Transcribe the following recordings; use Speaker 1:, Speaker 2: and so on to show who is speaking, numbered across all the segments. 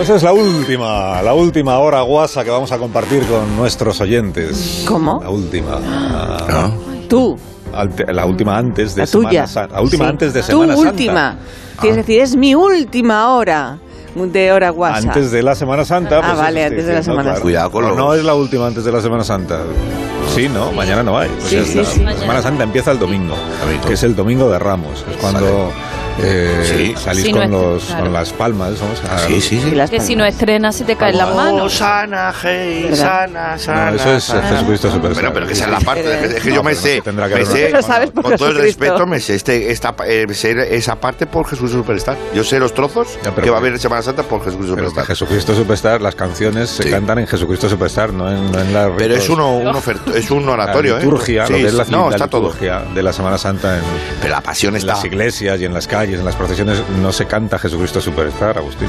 Speaker 1: Esa Pues es la última, la última hora guasa que vamos a compartir con nuestros oyentes.
Speaker 2: ¿Cómo?
Speaker 1: La última.
Speaker 3: Ah.
Speaker 2: Tú,
Speaker 1: Alte- La última antes de
Speaker 2: la
Speaker 1: Semana
Speaker 2: tuya.
Speaker 1: San- La última
Speaker 2: Sí.
Speaker 1: antes de
Speaker 2: Tu
Speaker 1: Semana Santa.
Speaker 2: última. Tienes que decir, es mi última hora de hora guasa.
Speaker 1: Antes de la Semana Santa.
Speaker 2: Ah,
Speaker 1: pues eso
Speaker 2: vale,
Speaker 1: estoy
Speaker 2: antes de la
Speaker 1: diciendo,
Speaker 2: Semana Santa.
Speaker 3: Cuidado con
Speaker 1: No,
Speaker 3: los-
Speaker 1: No es la última antes de la Semana Santa. Sí, no, mañana no hay.
Speaker 2: Sí,
Speaker 1: ya
Speaker 2: sí,
Speaker 1: está.
Speaker 2: sí.
Speaker 1: La Semana Santa empieza el domingo,
Speaker 3: Domingo.
Speaker 1: que es el domingo de Ramos. Es cuando eh,
Speaker 3: Sí.
Speaker 1: salís
Speaker 4: Sí, no
Speaker 1: con,
Speaker 4: es-
Speaker 1: los,
Speaker 4: claro.
Speaker 1: con las palmas. vamos a-
Speaker 3: Sí, sí,
Speaker 2: Y
Speaker 3: sí.
Speaker 2: las
Speaker 4: Que si no
Speaker 2: palmas.
Speaker 4: estrenas se te caen las
Speaker 5: Oh,
Speaker 4: manos.
Speaker 5: sana, hey,
Speaker 2: ¿Verdad?
Speaker 5: sana, sana.
Speaker 1: No, eso es
Speaker 5: sana.
Speaker 1: Jesucristo Superstar.
Speaker 3: Bueno, pero que esa es la parte. de- Es que
Speaker 1: No,
Speaker 3: yo me
Speaker 1: pero
Speaker 3: sé.
Speaker 1: tendrá que
Speaker 3: me
Speaker 1: haber
Speaker 3: sé-
Speaker 1: una-
Speaker 2: Lo sabes por
Speaker 3: con todo el
Speaker 2: Jesucristo.
Speaker 3: respeto, me sé, este, esta, eh, sé esa parte por Jesús Superstar. Yo sé los trozos
Speaker 1: Ya, pero-
Speaker 3: que va a haber en Semana Santa por Jesús
Speaker 1: Pero que
Speaker 3: Superstar.
Speaker 1: Jesucristo Superstar, las canciones se
Speaker 3: Sí.
Speaker 1: cantan en Jesucristo Superstar, no en, no en la
Speaker 3: Pero es, uno, un oferto- es un oratorio,
Speaker 1: la liturgia,
Speaker 3: ¿eh?
Speaker 1: lo
Speaker 3: Sí,
Speaker 1: que es la,
Speaker 3: no,
Speaker 1: la
Speaker 3: está todo.
Speaker 1: liturgia de la Semana Santa en,
Speaker 3: Pero la pasión
Speaker 1: en
Speaker 3: está.
Speaker 1: las iglesias y en las calles, en las procesiones, no se canta Jesucristo Superstar, Agustín.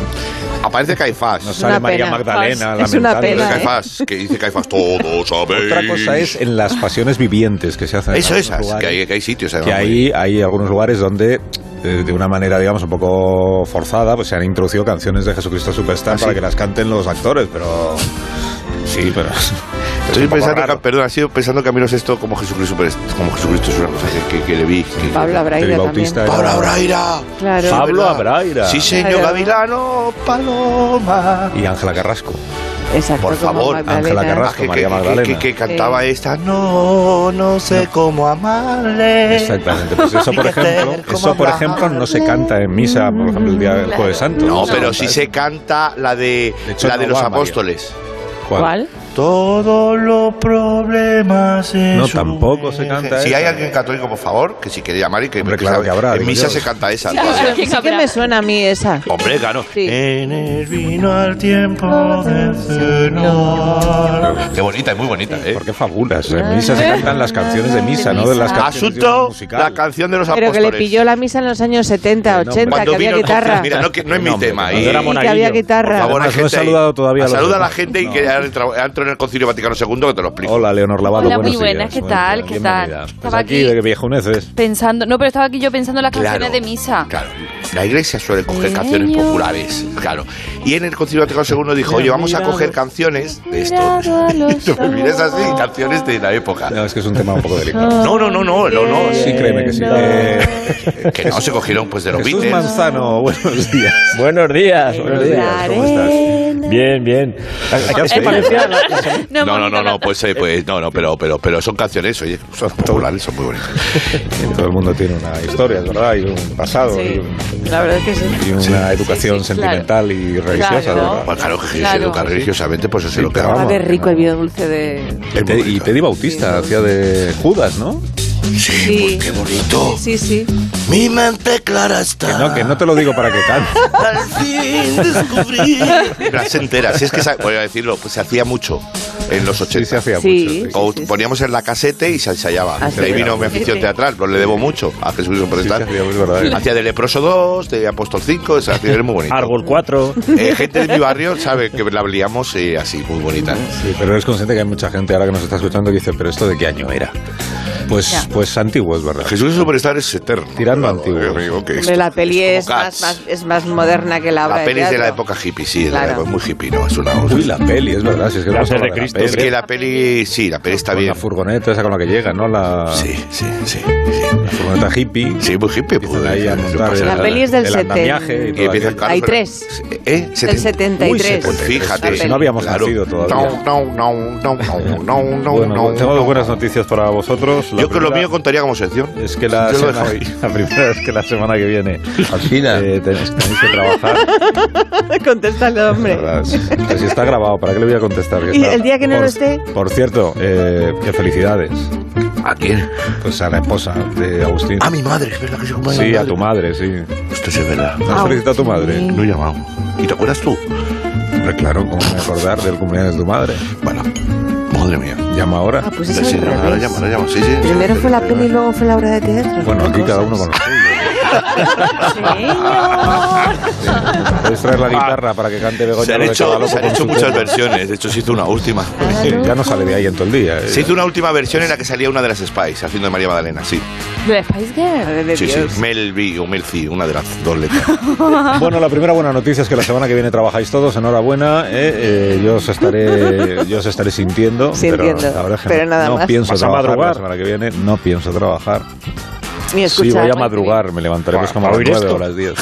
Speaker 3: Aparece Caifás.
Speaker 1: No sale María
Speaker 2: pena.
Speaker 1: Magdalena
Speaker 2: Es una
Speaker 1: lamentando.
Speaker 2: pena, ¿eh?
Speaker 3: Caifás, que dice Caifás, todos sabéis.
Speaker 1: Otra cosa es en las pasiones vivientes que se hacen. en
Speaker 3: Eso,
Speaker 1: algunos
Speaker 3: esas, que
Speaker 1: lugares.
Speaker 3: hay, que hay sitios.
Speaker 1: que
Speaker 3: además, muy-
Speaker 1: ahí hay algunos lugares donde eh, de una manera digamos un poco forzada pues se han introducido canciones de Jesucristo Superstar
Speaker 3: ¿Ah,
Speaker 1: para
Speaker 3: sí?
Speaker 1: que las canten los actores pero sí pero es
Speaker 3: Estoy
Speaker 1: un poco
Speaker 3: pensando,
Speaker 1: raro.
Speaker 3: que- perdón, ha sido pensando que a mí no sé esto como Jesucristo, pero es- como Jesucristo es una cosa que, que- que le vi. que-
Speaker 2: Pablo Abraida
Speaker 1: Felipe
Speaker 2: también.
Speaker 1: Bautista era-
Speaker 3: Pablo Abraira.
Speaker 2: Claro.
Speaker 1: Pablo
Speaker 3: ¿verdad?
Speaker 1: Abraira.
Speaker 3: Sí, señor
Speaker 2: Claro.
Speaker 3: Gavilano Paloma.
Speaker 1: y Ángela Carrasco
Speaker 2: Exacto,
Speaker 3: Por
Speaker 2: como
Speaker 3: favor,
Speaker 2: Magdalena.
Speaker 1: Ángela
Speaker 3: Ah, Que,
Speaker 1: Carrasco.
Speaker 3: que-
Speaker 1: María
Speaker 3: que-
Speaker 1: Magdalena.
Speaker 3: que- que cantaba esta. No, no sé cómo amarle.
Speaker 1: exactamente pues eso por
Speaker 3: Y que te-
Speaker 1: ejemplo
Speaker 3: ¿cómo
Speaker 1: eso por
Speaker 3: hablar?
Speaker 1: ejemplo no se canta en misa por ejemplo el día del jueves santo
Speaker 3: No,
Speaker 1: se
Speaker 3: pero
Speaker 1: canta
Speaker 3: sí
Speaker 1: eso.
Speaker 3: se canta la de,
Speaker 1: De hecho,
Speaker 3: la de
Speaker 1: no
Speaker 3: los
Speaker 1: va, María.
Speaker 3: apóstoles.
Speaker 4: ¿Cuál?
Speaker 5: Todos los problemas. en
Speaker 1: No,
Speaker 5: su
Speaker 1: tampoco se
Speaker 5: mente.
Speaker 1: canta
Speaker 3: Si
Speaker 1: esa.
Speaker 3: hay alguien católico, por favor, que si quiere llamar y que,
Speaker 1: Hombre, claro que habrá,
Speaker 3: en
Speaker 1: digo
Speaker 3: misa
Speaker 1: yo.
Speaker 3: se canta esa.
Speaker 2: Sí que me suena a mí esa.
Speaker 3: Hombre, claro.
Speaker 2: Sí.
Speaker 5: En el vino al tiempo de cenar.
Speaker 3: Qué bonita, es muy bonita, ¿eh?
Speaker 1: ¿Por qué fabulas? En misa se cantan las canciones de misa, no de las canciones de
Speaker 3: Asunto,
Speaker 1: musical.
Speaker 3: la canción de los
Speaker 2: Pero
Speaker 3: apóstoles.
Speaker 2: que le pilló la misa en los años 70,
Speaker 1: Eh, no,
Speaker 2: 80,
Speaker 3: Cuando
Speaker 2: que había
Speaker 3: vino el
Speaker 2: guitarra.
Speaker 3: conflicto- Mira, no, que no es mi tema.
Speaker 6: cuando
Speaker 3: y-
Speaker 6: era
Speaker 2: Y que
Speaker 6: monaguillo.
Speaker 2: había
Speaker 3: Por
Speaker 2: guitarra.
Speaker 3: favor, hay
Speaker 1: Además, no he
Speaker 3: gente ahí.
Speaker 1: saludado todavía a los
Speaker 3: Saluda a la
Speaker 1: demás.
Speaker 3: gente y
Speaker 1: No.
Speaker 3: que ya entra- entró en el Concilio Vaticano II que te lo explico.
Speaker 1: Hola, Leonor Lavado.
Speaker 4: Hola, muy
Speaker 1: buenos
Speaker 4: buenas,
Speaker 1: días.
Speaker 4: ¿qué
Speaker 1: Buenos
Speaker 4: tal?
Speaker 1: días,
Speaker 4: ¿Qué
Speaker 1: bienvenida.
Speaker 4: tal?
Speaker 1: Pues
Speaker 4: Estaba
Speaker 1: aquí
Speaker 4: aquí.
Speaker 1: de viejuneces.
Speaker 4: Pensando, no, pero estaba aquí yo pensando en las
Speaker 3: Claro.
Speaker 4: canciones de misa.
Speaker 3: Claro. La iglesia suele coger canciones
Speaker 4: Señor.
Speaker 3: populares. Claro. Y en el Concilio Vaticano II dijo, oye, vamos a coger canciones de este esto. Y tú me miras así, canciones de la época.
Speaker 1: No, es que es un tema un poco delicado.
Speaker 3: No, no, no, no, no, no.
Speaker 1: Sí, créeme que sí. Eh,
Speaker 3: Que no se cogieron pues de los
Speaker 1: Jesús
Speaker 3: Beatles.
Speaker 1: Manzano, buenos días.
Speaker 6: Buenos días, buenos días.
Speaker 1: ¿Cómo estás?
Speaker 6: Bien, bien.
Speaker 1: ¿Qué has leído?
Speaker 6: Parecía la- la-
Speaker 3: No, no, no,
Speaker 4: Mónica,
Speaker 3: no, pues, eh, pues no, no, pero, pero, pero son canciones, oye, son populares, son muy bonitas.
Speaker 1: Todo el mundo tiene una historia, es ¿verdad? Y un pasado. Y,
Speaker 2: Sí,
Speaker 1: un-
Speaker 2: la verdad es que sí.
Speaker 1: y una educación
Speaker 4: sí, sí,
Speaker 1: sentimental y religiosa,
Speaker 4: Claro.
Speaker 1: ¿verdad?
Speaker 3: Bueno, claro que se
Speaker 4: Claro.
Speaker 3: educa religiosamente, pues eso es lo que
Speaker 1: pero
Speaker 2: A
Speaker 3: hagamos.
Speaker 1: vamos.
Speaker 2: ver, rico
Speaker 1: no.
Speaker 2: el vino dulce de...
Speaker 1: Y Te- y Teddy Bautista hacía de Judas, ¿no?
Speaker 2: Sí,
Speaker 3: Qué bonito.
Speaker 2: sí, sí.
Speaker 5: Mi mente clara
Speaker 1: Que
Speaker 5: está.
Speaker 1: no, que no te lo digo para que cantes.
Speaker 5: Al fin descubrí.
Speaker 3: Las enteras. Si es que, sa- voy a decirlo, pues se hacía mucho en los
Speaker 1: Sí,
Speaker 3: 80.
Speaker 1: se hacía
Speaker 2: Sí.
Speaker 1: mucho. sí.
Speaker 3: O
Speaker 2: sí, Ah, sí.
Speaker 3: poníamos en la casete y se ensayaba.
Speaker 2: Así
Speaker 3: De ahí
Speaker 2: es.
Speaker 3: vino mi afición teatral, pues le debo mucho a Jesús Superstar.
Speaker 1: Sí, sí, es verdad, es verdad.
Speaker 3: Hacía de Leproso 2, de Apóstol 5, esa canción es muy bonita.
Speaker 6: Árbol 4.
Speaker 3: Eh, gente de mi barrio sabe que la liamos eh, así, muy bonita.
Speaker 1: Sí, pero eres consciente que hay mucha gente ahora que nos está escuchando que dice, pero ¿esto de qué año era? Pues, pues antiguo, es verdad.
Speaker 3: Jesús Superstar es eterno.
Speaker 1: Tirando
Speaker 3: Claro,
Speaker 1: antiguo.
Speaker 3: yo digo que esto-
Speaker 2: Hombre, la peli
Speaker 3: como
Speaker 2: es más,
Speaker 3: Cats.
Speaker 2: más- es más moderna que la obra
Speaker 3: La peli es de la
Speaker 2: teatro.
Speaker 3: época hippie, sí, de la
Speaker 2: Claro.
Speaker 3: época- muy hippie, ¿no? Es una
Speaker 1: Uy, la peli, es verdad. Si es que
Speaker 6: La
Speaker 1: vamos a
Speaker 6: de
Speaker 1: hablar de la
Speaker 6: Cristo.
Speaker 1: peli.
Speaker 3: Es que la peli, sí, la peli está
Speaker 1: Con
Speaker 3: bien.
Speaker 1: la furgoneta esa con la que llega, ¿no? La,
Speaker 3: Sí, sí, sí.
Speaker 1: la furgoneta hippie.
Speaker 3: Sí, muy hippie.
Speaker 1: Empiezan
Speaker 3: pues,
Speaker 1: ahí a
Speaker 3: no
Speaker 1: montar
Speaker 3: pasa
Speaker 1: el-
Speaker 2: La
Speaker 3: nada.
Speaker 2: peli es del
Speaker 1: el
Speaker 2: 70.
Speaker 1: andamiaje y todo
Speaker 3: Y empieza
Speaker 1: aquello.
Speaker 3: Claro,
Speaker 2: Hay
Speaker 3: pero-
Speaker 2: tres.
Speaker 3: ¿Eh?
Speaker 2: Del 73.
Speaker 1: Uy,
Speaker 3: Pues fíjate.
Speaker 2: La peli.
Speaker 1: no habíamos nacido todavía.
Speaker 3: No, no, no, no, no, no, no,
Speaker 1: Bueno,
Speaker 3: no.
Speaker 1: tengo
Speaker 3: no.
Speaker 1: dos buenas noticias para vosotros. La
Speaker 3: Yo que lo
Speaker 1: primera
Speaker 3: mío contaría como sección.
Speaker 1: Es que la,
Speaker 3: Yo lo dejo
Speaker 1: semana-
Speaker 3: ahí.
Speaker 1: la primera es que la semana que viene eh, tenéis tenéis que trabajar.
Speaker 2: Contéstale, hombre.
Speaker 1: Verdad, sí. Pero si está grabado, ¿para qué le voy a contestar? Que
Speaker 2: Y
Speaker 1: está-
Speaker 2: el día que no
Speaker 1: por,
Speaker 2: lo esté.
Speaker 1: Por cierto, eh, que felicidades.
Speaker 3: ¿A quién?
Speaker 1: Pues a la esposa de Agustín.
Speaker 3: A Ah, mi madre, es verdad que se acompaña
Speaker 1: sí,
Speaker 3: mi
Speaker 1: a tu madre, sí.
Speaker 3: Esto sí es verdad.
Speaker 1: ¿No has felicitado a tu madre?
Speaker 3: No he llamado. ¿Y te acuerdas tú?
Speaker 1: Hombre, claro, ¿cómo me acordar del cumpleaños de tu madre?
Speaker 3: Bueno, madre mía.
Speaker 1: Llama ahora.
Speaker 2: Ah, pues
Speaker 3: Sí,
Speaker 2: es
Speaker 3: sí,
Speaker 2: al
Speaker 3: ahora
Speaker 2: revés.
Speaker 3: llamo, ahora llamo. Sí, sí.
Speaker 2: Primero fue la peli y luego fue la obra de teatro.
Speaker 1: Bueno, aquí cada uno con lo suyo. Puedes traer
Speaker 3: Ah.
Speaker 1: la guitarra para que cante Begoña.
Speaker 3: Se han
Speaker 1: lo de cada
Speaker 3: hecho,
Speaker 1: loco
Speaker 3: se han
Speaker 1: con
Speaker 3: hecho
Speaker 1: su
Speaker 3: muchas
Speaker 1: tema.
Speaker 3: versiones. De hecho, se hizo una última.
Speaker 1: Sí, Ya no sale de ahí en todo el día. eh.
Speaker 3: Se hizo una última versión en la que salía una de las Spice, haciendo de María Magdalena, sí.
Speaker 4: ¿De la Spice Girl?
Speaker 2: Madre de
Speaker 3: Sí, sí.
Speaker 2: Dios.
Speaker 3: Mel B o Mel C, una de las dos letras.
Speaker 1: Bueno, la primera buena noticia es que la semana que viene trabajáis todos. Enhorabuena. eh, eh, yo os estaré, yo os estaré sintiendo.
Speaker 2: Sintiendo,
Speaker 1: Pero, la verdad es que
Speaker 2: pero
Speaker 1: no-
Speaker 2: nada
Speaker 1: no
Speaker 2: más.
Speaker 1: pienso
Speaker 6: Vas a
Speaker 1: trabajar
Speaker 6: madrugar.
Speaker 1: la semana que viene. No pienso trabajar.
Speaker 2: Ni
Speaker 1: Sí,
Speaker 2: escuchar.
Speaker 1: voy a madrugar. Me levantaré pues como a las
Speaker 6: ¿Oír
Speaker 1: 9
Speaker 6: esto?
Speaker 1: o las 10.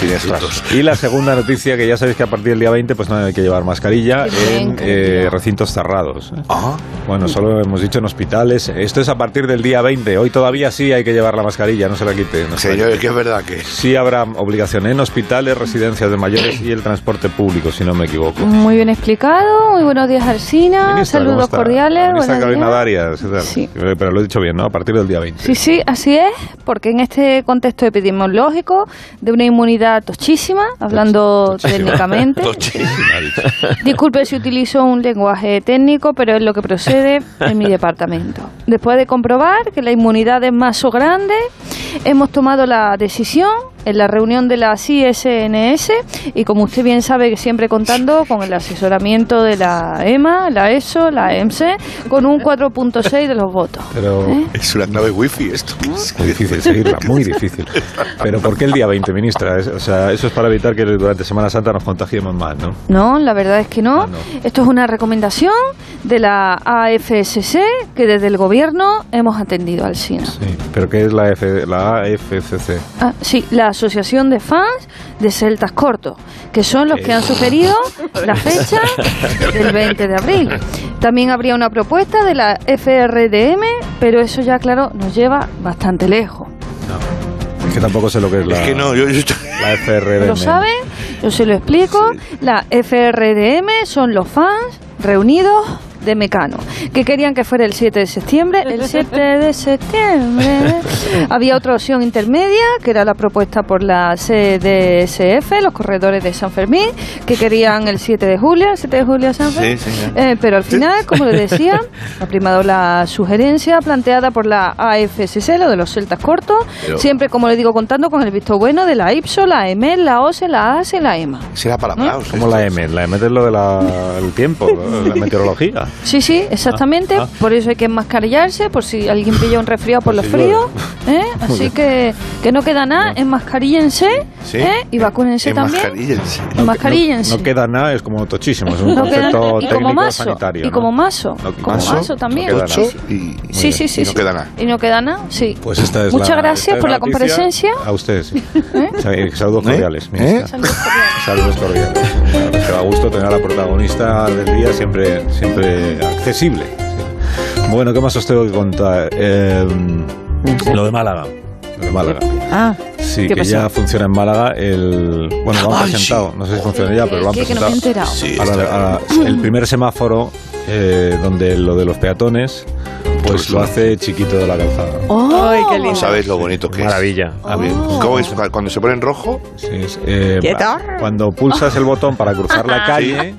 Speaker 3: Tiene asuntos.
Speaker 1: Y la segunda noticia, que ya sabéis que a partir del día 20 pues no hay que llevar mascarilla
Speaker 4: Qué bien,
Speaker 1: en
Speaker 4: qué
Speaker 1: eh,
Speaker 4: bien.
Speaker 1: recintos cerrados. ¿eh?
Speaker 3: Ah,
Speaker 1: Bueno, solo hemos dicho en hospitales. Esto es a partir del día 20. Hoy todavía sí hay que llevar la mascarilla, no se la quite. no se la
Speaker 3: señor, es que es verdad que.
Speaker 1: Sí habrá obligación en hospitales, residencias de mayores y el transporte público, si no me equivoco.
Speaker 4: Muy bien explicado. Muy buenos días, Alsina.
Speaker 1: Ministra, ¿cómo
Speaker 4: Saludos
Speaker 1: está?
Speaker 4: cordiales.
Speaker 1: Ministra
Speaker 4: eh, buenos
Speaker 1: Carolina
Speaker 4: días.
Speaker 1: Darias, ¿qué tal?
Speaker 4: Sí.
Speaker 1: Pero pero lo he dicho bien, ¿no? A partir del día 20.
Speaker 4: Sí, sí, así es, porque en este contexto epidemiológico de una inmunidad tochísima, hablando
Speaker 1: Tochísima.
Speaker 4: técnicamente, disculpe si utilizo un lenguaje técnico, pero es lo que procede en mi departamento. Después de comprobar que la inmunidad es más o grande, hemos tomado la decisión en la reunión de la CSNS y como usted bien sabe que siempre contando con el asesoramiento de la EMA, la ESO, la EMSE, con un 4.6 de los votos.
Speaker 1: Pero
Speaker 4: ¿Eh?
Speaker 3: Es una nave wifi esto.
Speaker 1: muy difícil seguirla, muy difícil. Pero ¿por qué el día 20, ministra? Es- o sea, eso es para evitar que durante Semana Santa nos contagiemos más, ¿no?
Speaker 4: No, la verdad es que no.
Speaker 1: Ah, no.
Speaker 4: Esto es una recomendación de la AFSC que desde el gobierno hemos atendido al SINA.
Speaker 1: Sí. ¿Pero qué es la, F, la AFCC?
Speaker 4: Ah, sí, la Asociación de Fans de Celtas Cortos, que son los que han sugerido la fecha del 20 de abril. También habría una propuesta de la FRDM, pero eso ya, claro, nos lleva bastante lejos.
Speaker 1: Es que tampoco sé lo que es la,
Speaker 3: Es que no, yo. yo-
Speaker 1: la FRDM.
Speaker 4: ¿Lo sabe? Yo se lo explico. La FRDM son los fans reunidos de Mecano, que querían que fuera el 7 de septiembre. El 7 de septiembre. Había otra opción intermedia, que era la propuesta por la CDSF, los corredores de San Fermín, que querían el 7 de julio, el 7 de julio San Fermín.
Speaker 3: Sí, sí,
Speaker 4: Eh, pero al final, como les decía, ha primado la sugerencia planteada por la AFSC, lo de los celtas cortos,
Speaker 3: Pero-
Speaker 4: siempre, como le digo, contando con el visto bueno de la IPSO, la EMEL, la OSE, la ASE, la E EMA.
Speaker 3: Será para aplausos.
Speaker 1: Como la M, la M es lo del tiempo, ¿no? la meteorología.
Speaker 4: Sí, sí, exactamente.
Speaker 1: Ah, ah.
Speaker 4: Por eso hay que enmascarillarse, por si alguien pilla un resfriado por los
Speaker 1: sí,
Speaker 4: fríos. ¿eh? Así que que no queda nada, enmascaríllense
Speaker 3: Sí.
Speaker 4: ¿eh? y vacúnense también.
Speaker 3: Enmascaríllense.
Speaker 4: Enmascaríllense.
Speaker 1: No queda nada, es como tochísimo, es un
Speaker 4: No queda
Speaker 1: concepto
Speaker 4: nada. Y
Speaker 1: técnico
Speaker 4: como mazo.
Speaker 1: sanitario.
Speaker 4: Y como mazo.
Speaker 1: No-
Speaker 4: Como
Speaker 1: mazo,
Speaker 4: mazo también.
Speaker 1: no queda nada.
Speaker 3: Ocho y.
Speaker 4: Sí, sí, sí.
Speaker 3: Y no
Speaker 4: sí.
Speaker 3: queda nada.
Speaker 4: Y no queda nada, sí.
Speaker 1: Pues esta es
Speaker 4: Muchas
Speaker 1: la-
Speaker 4: gracias
Speaker 1: esta es
Speaker 4: por la
Speaker 1: noticia.
Speaker 4: comparecencia. ¿Eh?
Speaker 1: A ustedes. Saludos cordiales,
Speaker 3: ¿Eh?
Speaker 1: ministra. Saludos cordiales. Bueno, pues que da gusto tener a la protagonista del día siempre, siempre accesible. Sí. Bueno, ¿qué más os tengo que contar? Eh, lo de Málaga. Lo de Málaga.
Speaker 2: Ah,
Speaker 1: Sí,
Speaker 2: ¿Qué
Speaker 1: que
Speaker 2: pasó?
Speaker 1: ya funciona en Málaga el... Bueno, lo han presentado. No sé si funciona ya, pero lo han
Speaker 4: Que- que no me he
Speaker 1: presentado.
Speaker 4: enterado.
Speaker 3: Sí,
Speaker 1: Ahora,
Speaker 3: está-
Speaker 1: ahora, el primer semáforo eh, donde lo de los peatones pues lo hace chiquito de la calzada.
Speaker 2: ay, qué lindo.
Speaker 3: No sabes lo bonito que es.
Speaker 6: Maravilla.
Speaker 3: A ver, ¿Cómo es cuando se pone en rojo?
Speaker 1: Ah. Sí, es, eh,
Speaker 2: Quieto.
Speaker 1: cuando pulsas el botón para cruzar la calle,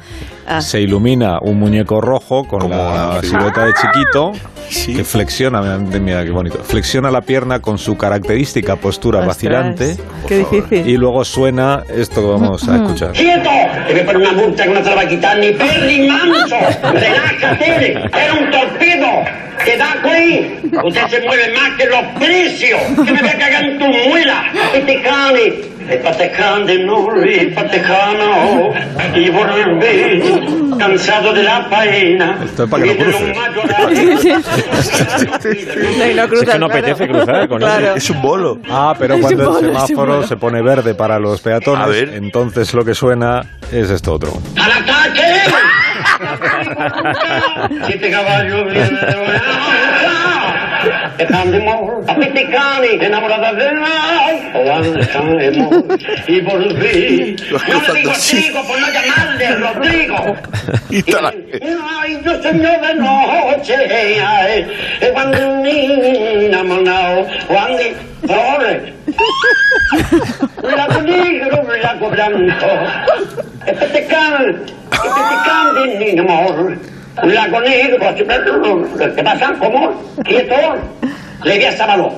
Speaker 2: Ah.
Speaker 1: se ilumina un muñeco rojo con
Speaker 3: Como
Speaker 1: la
Speaker 3: la figura.
Speaker 1: silueta de chiquito
Speaker 3: Sí.
Speaker 1: que flexiona, mira, mira qué bonito, flexiona la pierna con su característica postura
Speaker 2: Ostras,
Speaker 1: vacilante
Speaker 2: Qué difícil.
Speaker 1: y luego suena esto que vamos a escuchar.
Speaker 7: ¡Quieto! Que me pone una multa que no te la va a quitar ni Perry Manso. Relájate, era un torpedo. Te da güey. Usted se mueve más que los precios. Que me voy a cagar en tu muela. Y te cane. Es patejante, no, es patejano. Y volver cansado de la faena.
Speaker 1: Esto es para que lo
Speaker 7: Vienen los
Speaker 1: cruces.
Speaker 7: machos
Speaker 6: Es
Speaker 7: raros.
Speaker 2: No, y no
Speaker 6: que
Speaker 2: cruzas,
Speaker 6: no
Speaker 2: claro.
Speaker 6: apetece cruzar con
Speaker 2: Claro.
Speaker 6: eso.
Speaker 3: Es un bolo.
Speaker 1: Ah, pero
Speaker 2: Es
Speaker 1: cuando
Speaker 2: un
Speaker 1: el
Speaker 2: bolo, es un
Speaker 1: semáforo
Speaker 2: bolo.
Speaker 1: se pone verde para los
Speaker 3: A
Speaker 1: peatones,
Speaker 3: ver.
Speaker 1: entonces lo que suena es esto otro.
Speaker 7: ¡Al ataque! Siete caballos vienen de volar. Están de amor, a Piticani, enamoradas de Raúl. están de amor y por fin.
Speaker 3: Los
Speaker 7: No le digo
Speaker 3: cruzando, sí.
Speaker 7: trigo por no llamarle Rodrigo.
Speaker 3: Y está la-
Speaker 7: Ay, yo señor de noche, ay, eh, cuando un enamorado, cuando flores. Blanco negro, blanco blanco. Este te can, este te can de mi amor. Blanco negro, ¿qué pasa? ¿Cómo? Quieto. Le voy a sábalo.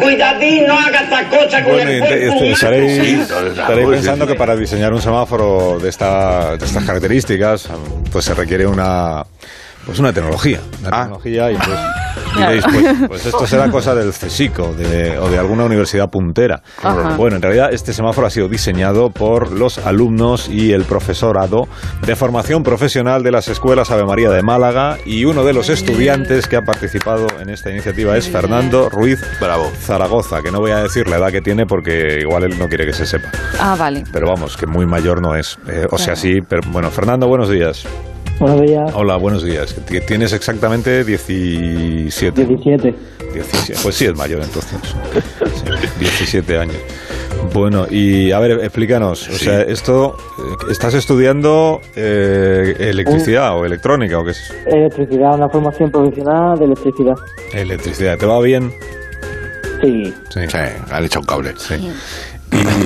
Speaker 7: Cuidadín, no haga esta cosa con
Speaker 1: Bueno,
Speaker 7: el
Speaker 1: y
Speaker 7: cuerpo
Speaker 1: ent- este,
Speaker 7: humano.
Speaker 1: estaréis,
Speaker 3: Sí, no, es Mm. la
Speaker 1: estaréis
Speaker 3: luz,
Speaker 1: pensando
Speaker 3: sí, sí.
Speaker 1: que para diseñar un semáforo de, esta- de estas características, pues se requiere una pues una tecnología, una
Speaker 3: Ah.
Speaker 1: tecnología y entonces diréis, pues, pues esto será cosa del CSICO de- o de alguna universidad puntera.
Speaker 4: Ajá.
Speaker 1: Bueno, en realidad este semáforo ha sido diseñado por los alumnos y el profesorado de formación profesional de las escuelas Ave María de Málaga y uno de los estudiantes que ha participado en esta iniciativa es Fernando Ruiz
Speaker 3: Bravo.
Speaker 1: Zaragoza, que no voy a decir la edad que tiene porque igual él no quiere que se sepa.
Speaker 4: Ah, vale.
Speaker 1: Pero vamos, que muy mayor no es. Eh, o sea, sí, pero bueno, Fernando, buenos días.
Speaker 8: Buenos días,
Speaker 1: Hola, buenos días. T- Tienes exactamente 17.
Speaker 8: 17.
Speaker 1: 17. Pues sí, es mayor entonces. Sí, 17 años. Bueno, y a ver, explícanos. O
Speaker 3: Sí.
Speaker 1: sea, esto, eh, ¿estás estudiando eh, electricidad o electrónica o qué es?
Speaker 8: Electricidad, una formación profesional de electricidad.
Speaker 1: Electricidad, ¿te va bien?
Speaker 8: Sí,
Speaker 3: Sí, han hecho un cable.
Speaker 1: Sí.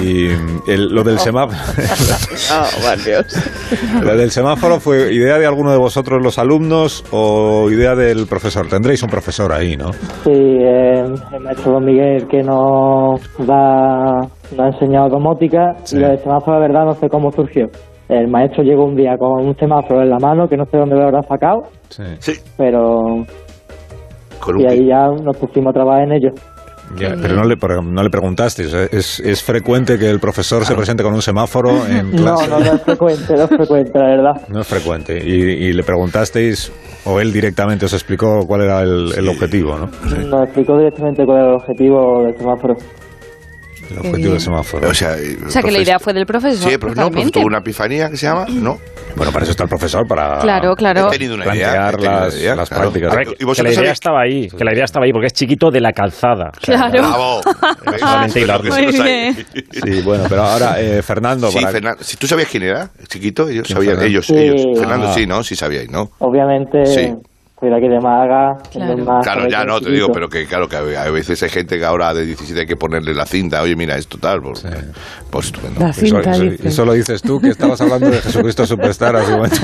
Speaker 1: Y el- lo del
Speaker 8: Oh.
Speaker 1: semáforo. Lo del semáforo fue idea de alguno de vosotros, los alumnos, o idea del profesor. Tendréis un profesor ahí, ¿no?
Speaker 8: sí, eh, el maestro Don Miguel que nos, da, nos ha enseñado domótica
Speaker 1: Sí.
Speaker 8: y lo del semáforo, la verdad, no sé cómo surgió. El maestro llegó un día con un semáforo en la mano que no sé dónde lo habrá sacado,
Speaker 1: Sí.
Speaker 3: Sí,
Speaker 8: pero.
Speaker 3: con un
Speaker 8: Y ahí
Speaker 3: pi-
Speaker 8: ya nos pusimos a trabajar en ello.
Speaker 1: Ya, pero no le, pre- no le preguntaste. o sea, ¿Es, es frecuente que el profesor se presente con un semáforo en
Speaker 8: No,
Speaker 1: clase?
Speaker 8: no, no es frecuente, no es frecuente, la verdad.
Speaker 1: No es frecuente. Y, y le preguntasteis, o él directamente os explicó cuál era el, el objetivo, ¿no?
Speaker 8: Nos explicó directamente cuál era el objetivo del semáforo.
Speaker 1: Pues El objetivo del semáforo.
Speaker 3: O sea,
Speaker 4: O sea, que la idea fue del profesor.
Speaker 3: Sí, pero no, pero
Speaker 4: totalmente.
Speaker 3: tuvo una epifanía que se llama, ¿no.
Speaker 1: bueno, para eso está el profesor, para...
Speaker 4: Claro, claro.
Speaker 3: He tenido una idea.
Speaker 1: Plantear
Speaker 3: he tenido
Speaker 1: las-
Speaker 3: una Este idea,
Speaker 1: las
Speaker 3: claro.
Speaker 1: prácticas.
Speaker 3: Ah,
Speaker 1: Pero
Speaker 3: ¿Y
Speaker 6: que la
Speaker 3: vosotros
Speaker 6: idea
Speaker 3: sabéis?
Speaker 6: estaba ahí, que la idea estaba ahí, porque es chiquito de la calzada. O sea,
Speaker 4: Claro.
Speaker 3: Bravo. ¿Ves?
Speaker 6: Solamente
Speaker 3: Lo que se
Speaker 4: hilarlo.
Speaker 3: nos
Speaker 4: Ah. Muy
Speaker 3: hay.
Speaker 1: Sí, bueno, pero ahora, eh, Fernando,
Speaker 3: Sí,
Speaker 1: para-
Speaker 3: Fernando. Si tú sabías quién era, chiquito, ellos
Speaker 1: ¿Quién,
Speaker 3: sabían,
Speaker 1: Fernando?
Speaker 3: ellos,
Speaker 8: Sí.
Speaker 3: ellos. Fernando
Speaker 1: Ah.
Speaker 3: sí, ¿no? Sí sabíais, ¿no?
Speaker 8: Obviamente,
Speaker 3: Sí.
Speaker 8: soy de aquí de Málaga.
Speaker 4: Claro.
Speaker 8: es más
Speaker 3: Claro,
Speaker 8: joven
Speaker 3: ya
Speaker 8: que
Speaker 3: no,
Speaker 8: el
Speaker 3: te digo,
Speaker 8: chiquito.
Speaker 3: pero que claro, que a a veces hay gente que ahora de 17 hay que ponerle la cinta. Oye, mira, esto tal, pues, pues estupendo.
Speaker 2: La
Speaker 1: Eso,
Speaker 2: cinta
Speaker 1: eso-
Speaker 2: dice.
Speaker 1: eso lo dices tú, que estabas hablando de Jesucristo Superstar hace un momento.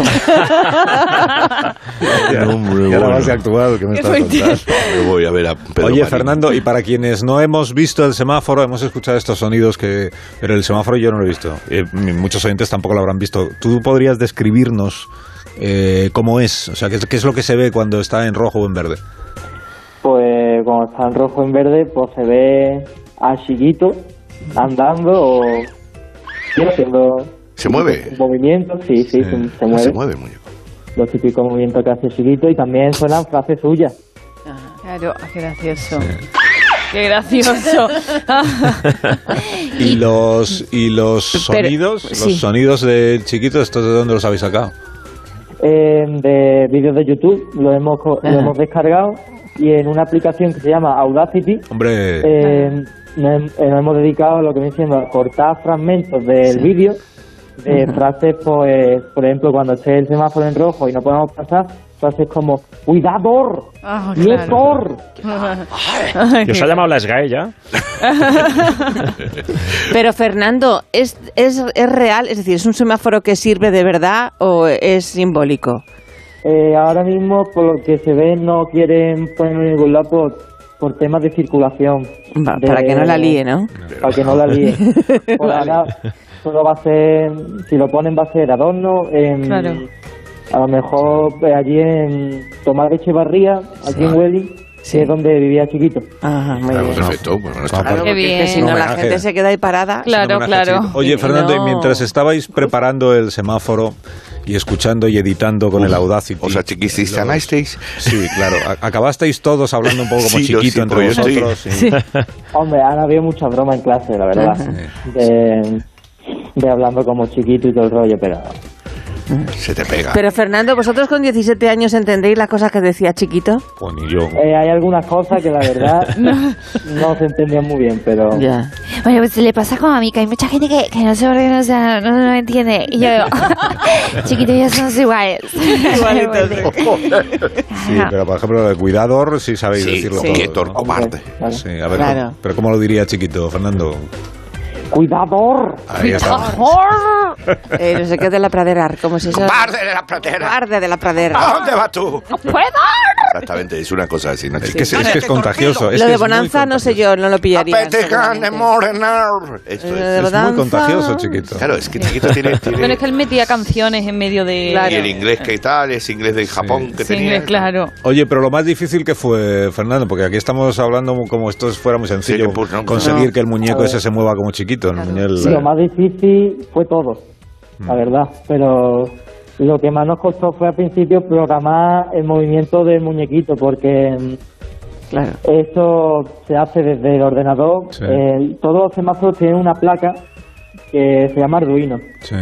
Speaker 1: Ya,
Speaker 3: Hombre,
Speaker 1: ya la
Speaker 3: bueno.
Speaker 1: más de actual que me estás contando.
Speaker 3: Me voy a ver a Pedro
Speaker 1: Oye,
Speaker 3: Marín.
Speaker 1: Fernando, y para quienes no hemos visto el semáforo, hemos escuchado estos sonidos que... Pero el semáforo yo no lo he visto. Eh, muchos oyentes tampoco lo habrán visto. ¿Tú podrías describirnos eh, cómo es? O sea, ¿qué, es- qué es lo que se ve cuando está en rojo o en verde?
Speaker 8: Pues cuando está en rojo en verde, pues se ve a Chiquito andando o sí, haciendo
Speaker 3: ¿Se mueve?
Speaker 8: movimientos, sí, sí, se, se
Speaker 3: Ah,
Speaker 8: mueve.
Speaker 3: Se mueve, muñeco.
Speaker 8: Los típicos movimientos que hace Chiquito y también suenan frases suyas.
Speaker 4: Claro, qué gracioso. Qué gracioso.
Speaker 1: ¿Y los, y los sonidos?
Speaker 4: sí.
Speaker 1: ¿Los sonidos del chiquito, estos de dónde los habéis sacado?
Speaker 8: Eh, de vídeos de YouTube lo hemos, co- lo hemos descargado y en una aplicación que se llama Audacity
Speaker 1: Hombre...
Speaker 8: Eh, nos, hem- eh, nos hemos dedicado a lo que me diciendo a cortar fragmentos del vídeo de frases, pues, por ejemplo, cuando esté el semáforo en rojo y no podemos pasar, frases como ¡Cuidador!
Speaker 4: Ah,
Speaker 8: ¡Dietor!
Speaker 6: ¿Y os ha llamado la SGAE E ya?
Speaker 2: Pero Fernando, ¿es, es, ¿es real? Es decir, ¿es un semáforo que sirve de verdad o es simbólico?
Speaker 8: Eh, ahora mismo, por lo que se ve, no quieren ponerlo en ningún lado por, por temas de circulación.
Speaker 2: Va,
Speaker 8: De-
Speaker 2: Para que no la líe, ¿no?
Speaker 8: Para que no la líe. Por ahora, solo va a ser, si lo ponen, va a ser adorno. en-
Speaker 4: Claro.
Speaker 8: A lo mejor eh, allí en Tomás de Echevarría, aquí en Welling, que es donde vivía chiquito.
Speaker 2: Ajá, muy
Speaker 3: Claro, pues
Speaker 1: pues,
Speaker 2: bien.
Speaker 3: perfecto. Bueno, no está
Speaker 1: Claro.
Speaker 2: Claro,
Speaker 3: mal.
Speaker 4: Qué
Speaker 2: porque es
Speaker 4: bien.
Speaker 2: que si no la
Speaker 1: Ah, Homenaje.
Speaker 2: gente se queda ahí parada.
Speaker 4: Claro,
Speaker 1: homenaje
Speaker 4: claro.
Speaker 1: chiquito. Oye, Fernando, y
Speaker 2: No.
Speaker 1: mientras estabais preparando el semáforo y escuchando y editando con el Audacity.
Speaker 3: O sea, chiquisisteis,
Speaker 1: los-
Speaker 3: amasteis.
Speaker 1: Sí, claro. a- Acabasteis todos hablando un poco como
Speaker 3: Sí, yo
Speaker 1: chiquito
Speaker 3: sí,
Speaker 1: entre
Speaker 3: pues yo estoy-
Speaker 1: vosotros. sí.
Speaker 8: Hombre, han habido mucha broma en clase, la verdad. De, de hablando como chiquito y todo el rollo, pero
Speaker 3: Se te pega.
Speaker 2: Pero Fernando, ¿vosotros con 17 años entendéis las cosas que decía chiquito?
Speaker 1: Pues ni yo.
Speaker 8: eh, hay algunas cosas que la verdad no se entendían muy bien, pero
Speaker 2: Ya.
Speaker 9: Bueno, pues le pasa como a mí, que hay mucha gente que, que no se ordena, o sea, no, no entiende. Y yo digo, chiquitos ya somos iguales.
Speaker 1: Sí, pero por ejemplo, lo de cuidador, sí sabéis
Speaker 3: Sí,
Speaker 1: decirlo
Speaker 3: quieto,
Speaker 1: todo. ¿no?
Speaker 3: cobarde.
Speaker 8: Vale.
Speaker 1: Sí, a ver,
Speaker 2: Claro.
Speaker 1: ¿cómo- pero ¿cómo lo diría chiquito, Fernando?
Speaker 8: ¡Cuidador!
Speaker 1: Ahí está.
Speaker 2: Eh, no sé qué de la pradera, como si eso...
Speaker 3: ¡Parte de la platera!
Speaker 2: Cobarde de la
Speaker 3: ¿A
Speaker 2: pradera.
Speaker 3: dónde vas tú?
Speaker 9: ¡Puedo!
Speaker 3: Exactamente, es una cosa así, Nacho.
Speaker 1: Es que es, es que es contagioso. es
Speaker 2: Lo
Speaker 1: que
Speaker 2: de
Speaker 1: es muy
Speaker 2: Bonanza no sé
Speaker 1: contagioso.
Speaker 2: yo, no lo pillaría.
Speaker 3: Apete gane,
Speaker 2: seguramente.
Speaker 3: morenar. Esto
Speaker 2: Lo
Speaker 3: es.
Speaker 2: de
Speaker 1: Es muy
Speaker 2: Bonanza-
Speaker 1: contagioso, chiquito.
Speaker 3: Claro, es que chiquito tiene. tiene-
Speaker 10: Bueno, es que él metía canciones en medio de...
Speaker 2: Claro.
Speaker 3: Y el inglés que tal, es inglés de Japón que
Speaker 10: Sí,
Speaker 3: tenía.
Speaker 10: inglés, claro.
Speaker 1: Oye, pero lo más difícil que fue, Fernando, porque aquí estamos hablando como esto fuera muy sencillo,
Speaker 3: Sí, pues no.
Speaker 1: conseguir que el muñeco
Speaker 8: No.
Speaker 1: ese se mueva como chiquito. ¿no? El- eh,
Speaker 8: Lo más difícil fue todo, la verdad. Pero lo que más nos costó fue al principio programar el movimiento del muñequito, porque mm,
Speaker 2: Claro.
Speaker 8: eso se hace desde el ordenador.
Speaker 1: Sí.
Speaker 8: El- todos los semáforos tienen una placa que se llama Arduino.
Speaker 1: Sí.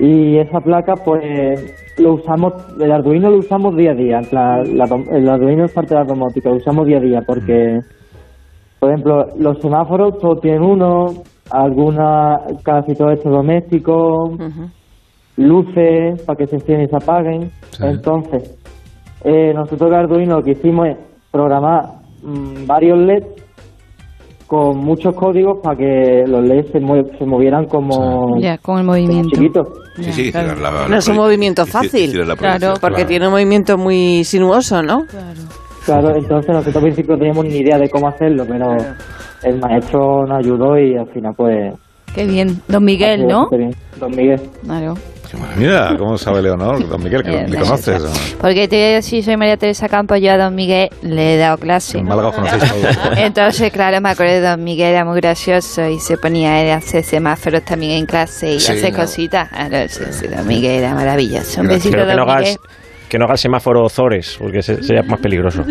Speaker 8: Y esa placa, pues, lo usamos, el Arduino lo usamos día a día. en plan, la dom- el Arduino es parte de la domótica, lo usamos día a día porque, por ejemplo, los semáforos todos tienen uno, alguna, casi todo esto doméstico,
Speaker 2: Ujú.
Speaker 8: luces para que se enciendan y se apaguen.
Speaker 1: Sí.
Speaker 8: Entonces, eh, nosotros el Arduino lo que hicimos es programar mm, varios LEDs con muchos códigos para que los LEDs se, mue- se movieran como,
Speaker 10: Ya, con el
Speaker 8: como
Speaker 10: movimiento.
Speaker 8: chiquitos.
Speaker 3: Sí, sí,
Speaker 10: Ya, claro.
Speaker 3: la- la- la-
Speaker 2: No es un
Speaker 3: la-
Speaker 2: movimiento
Speaker 3: hicieron-
Speaker 2: fácil.
Speaker 3: hicieron la
Speaker 10: Claro.
Speaker 3: producción.
Speaker 2: Porque
Speaker 1: Claro.
Speaker 2: tiene un movimiento muy sinuoso, ¿no?
Speaker 10: Claro.
Speaker 8: Claro, entonces nosotros al principio no teníamos ni idea de cómo hacerlo, pero el maestro nos ayudó y al final pues...
Speaker 10: Qué bien. Don Miguel,
Speaker 8: ha sido
Speaker 10: ¿no?
Speaker 8: bastante bien. Don Miguel.
Speaker 10: Claro.
Speaker 1: Mira, cómo sabe Leonor, don Miguel, que
Speaker 10: Eh,
Speaker 1: ni
Speaker 10: la
Speaker 1: conoces.
Speaker 10: seta.
Speaker 1: ¿no?
Speaker 9: Porque te, si soy María Teresa Campos, yo a Don Miguel le he dado clase.
Speaker 1: En Málaga os
Speaker 10: eh,
Speaker 1: conocéis todos.
Speaker 9: Entonces, claro, me acuerdo de Don Miguel, era muy gracioso y se ponía a hacer semáforos también en clase y
Speaker 3: Sí,
Speaker 9: hacer
Speaker 3: ¿no?
Speaker 9: cositas. Claro, sí, sí, Don Miguel era maravilloso. Un besito,
Speaker 6: Pero que no
Speaker 9: Don
Speaker 6: hagas
Speaker 9: Miguel.
Speaker 6: que no hagas semáforo Zores, porque se- sería más peligroso.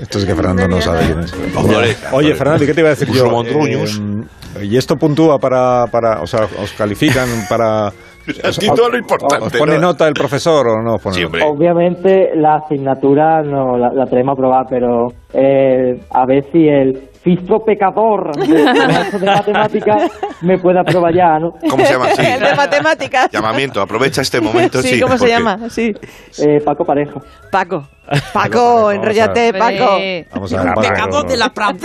Speaker 1: Esto es que
Speaker 10: eh,
Speaker 1: Fernando no sabe quién es.
Speaker 3: eh, Hombre,
Speaker 1: Oye, Fernando, ¿y qué te iba a decir
Speaker 3: Uso
Speaker 1: yo?
Speaker 3: mondruños.
Speaker 1: Eh, y esto puntúa para, para, o sea, os califican para...
Speaker 3: A ti todo lo importante.
Speaker 1: ¿Os pone
Speaker 3: ¿no?
Speaker 1: nota el profesor o no os pone
Speaker 3: Sí,
Speaker 1: nota?
Speaker 3: hombre.
Speaker 8: Obviamente la asignatura no la, la tenemos aprobada, pero eh, a ver si el fistro pecador de, de matemáticas me puede aprobar ya, ¿no?
Speaker 3: ¿Cómo se llama? Sí.
Speaker 2: El de matemáticas.
Speaker 3: Llamamiento, aprovecha este momento.
Speaker 2: sí,
Speaker 3: Sí,
Speaker 2: ¿cómo se
Speaker 3: porque-
Speaker 2: llama? Sí.
Speaker 8: Eh, Paco Pareja.
Speaker 2: Paco.
Speaker 1: Paco,
Speaker 2: Paco, enrollate, Paco.
Speaker 10: Eh,
Speaker 1: Vamos a ver, vamos a ver, no, no. Estamos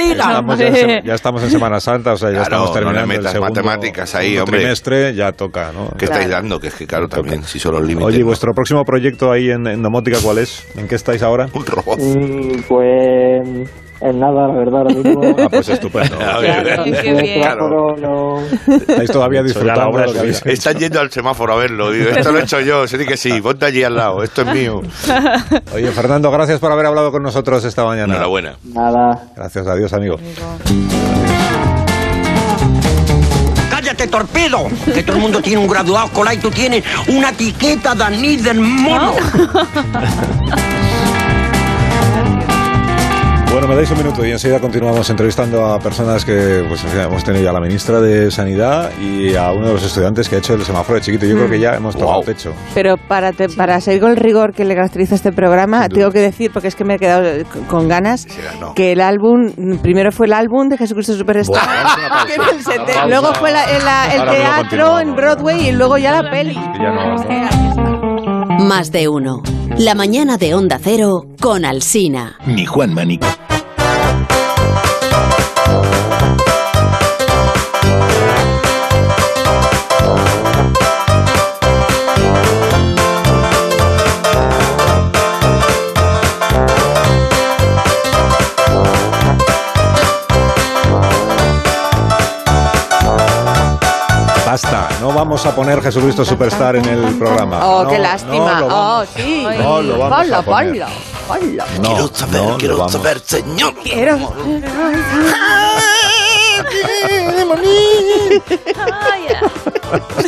Speaker 1: ya,
Speaker 10: hombre.
Speaker 1: en, se- ya estamos en Semana Santa, o sea, ya
Speaker 3: Claro,
Speaker 1: estamos
Speaker 3: no
Speaker 1: terminando
Speaker 3: le metas
Speaker 1: el segundo,
Speaker 3: matemáticas ahí,
Speaker 1: segundo
Speaker 3: hombre.
Speaker 1: trimestre, ya toca, ¿no?
Speaker 3: ¿Qué estáis dando? Que es que, claro, también, si son los límites.
Speaker 1: Oye, ¿y
Speaker 3: ¿no?
Speaker 1: vuestro próximo proyecto ahí en, en Domótica, ¿cuál es? ¿En qué estáis ahora?
Speaker 3: Un robot.
Speaker 8: Mm, pues en nada, la verdad, ahora mismo...
Speaker 1: Ah, pues estupendo.
Speaker 3: A ver,
Speaker 10: Claro,
Speaker 3: eh,
Speaker 10: qué bien.
Speaker 3: claro.
Speaker 8: semáforo no-
Speaker 1: Estáis todavía
Speaker 6: Eso ya la
Speaker 1: disfrutando
Speaker 6: obra
Speaker 1: de lo que
Speaker 6: es
Speaker 1: habéis hecho.
Speaker 3: Están yendo al semáforo a verlo. digo, esto lo he hecho yo. Sí que sí. Ponte allí al lado. Esto es mío.
Speaker 1: Oye, Fernando, gracias por haber hablado con nosotros esta mañana.
Speaker 3: Enhorabuena.
Speaker 8: Nada.
Speaker 1: Gracias, adiós, amigo.
Speaker 7: ¡Cállate, torpedo! Que todo el mundo tiene un graduado escolar y tú tienes una etiqueta de anís del mono.
Speaker 1: Bueno, me dais un minuto y enseguida continuamos entrevistando a personas que, pues, en fin, hemos tenido ya a la ministra de Sanidad y a uno de los estudiantes que ha hecho el semáforo de chiquito. Yo creo que ya hemos tocado
Speaker 3: Guau.
Speaker 1: pecho.
Speaker 2: Pero para, te- para seguir con el rigor que le caracteriza este progrprograma, tengo que decir, porque es que me he quedado eh, con- con ganas,
Speaker 3: Sí, no.
Speaker 2: que el álbum, primero fue el álbum de Jesucristo Superstar,
Speaker 1: Bueno, vamos a una pausa.
Speaker 2: que en el sete-
Speaker 1: Pausa.
Speaker 2: luego fue la- el, la- el
Speaker 1: Ahora luego
Speaker 2: teatro
Speaker 1: continuamos.
Speaker 2: en Broadway y luego ya la peli.
Speaker 1: Y ya no avanzamos.
Speaker 11: Más de uno. La mañana de Onda Cero con Alsina.
Speaker 5: Ni Juan Manico.
Speaker 1: Basta, no vamos a poner Jesucristo Superstar en el programa.
Speaker 2: Oh,
Speaker 1: No,
Speaker 2: qué
Speaker 1: no
Speaker 2: lástima.
Speaker 1: lo
Speaker 2: oh,
Speaker 1: vamos-
Speaker 2: sí.
Speaker 1: No lo vamos
Speaker 2: Ponlo,
Speaker 1: a
Speaker 2: ponlo,
Speaker 1: poner.
Speaker 2: ponlo.
Speaker 1: No,
Speaker 3: quiero saber,
Speaker 1: no lo
Speaker 3: quiero
Speaker 1: vamos.
Speaker 3: saber, señor.
Speaker 2: Quiero-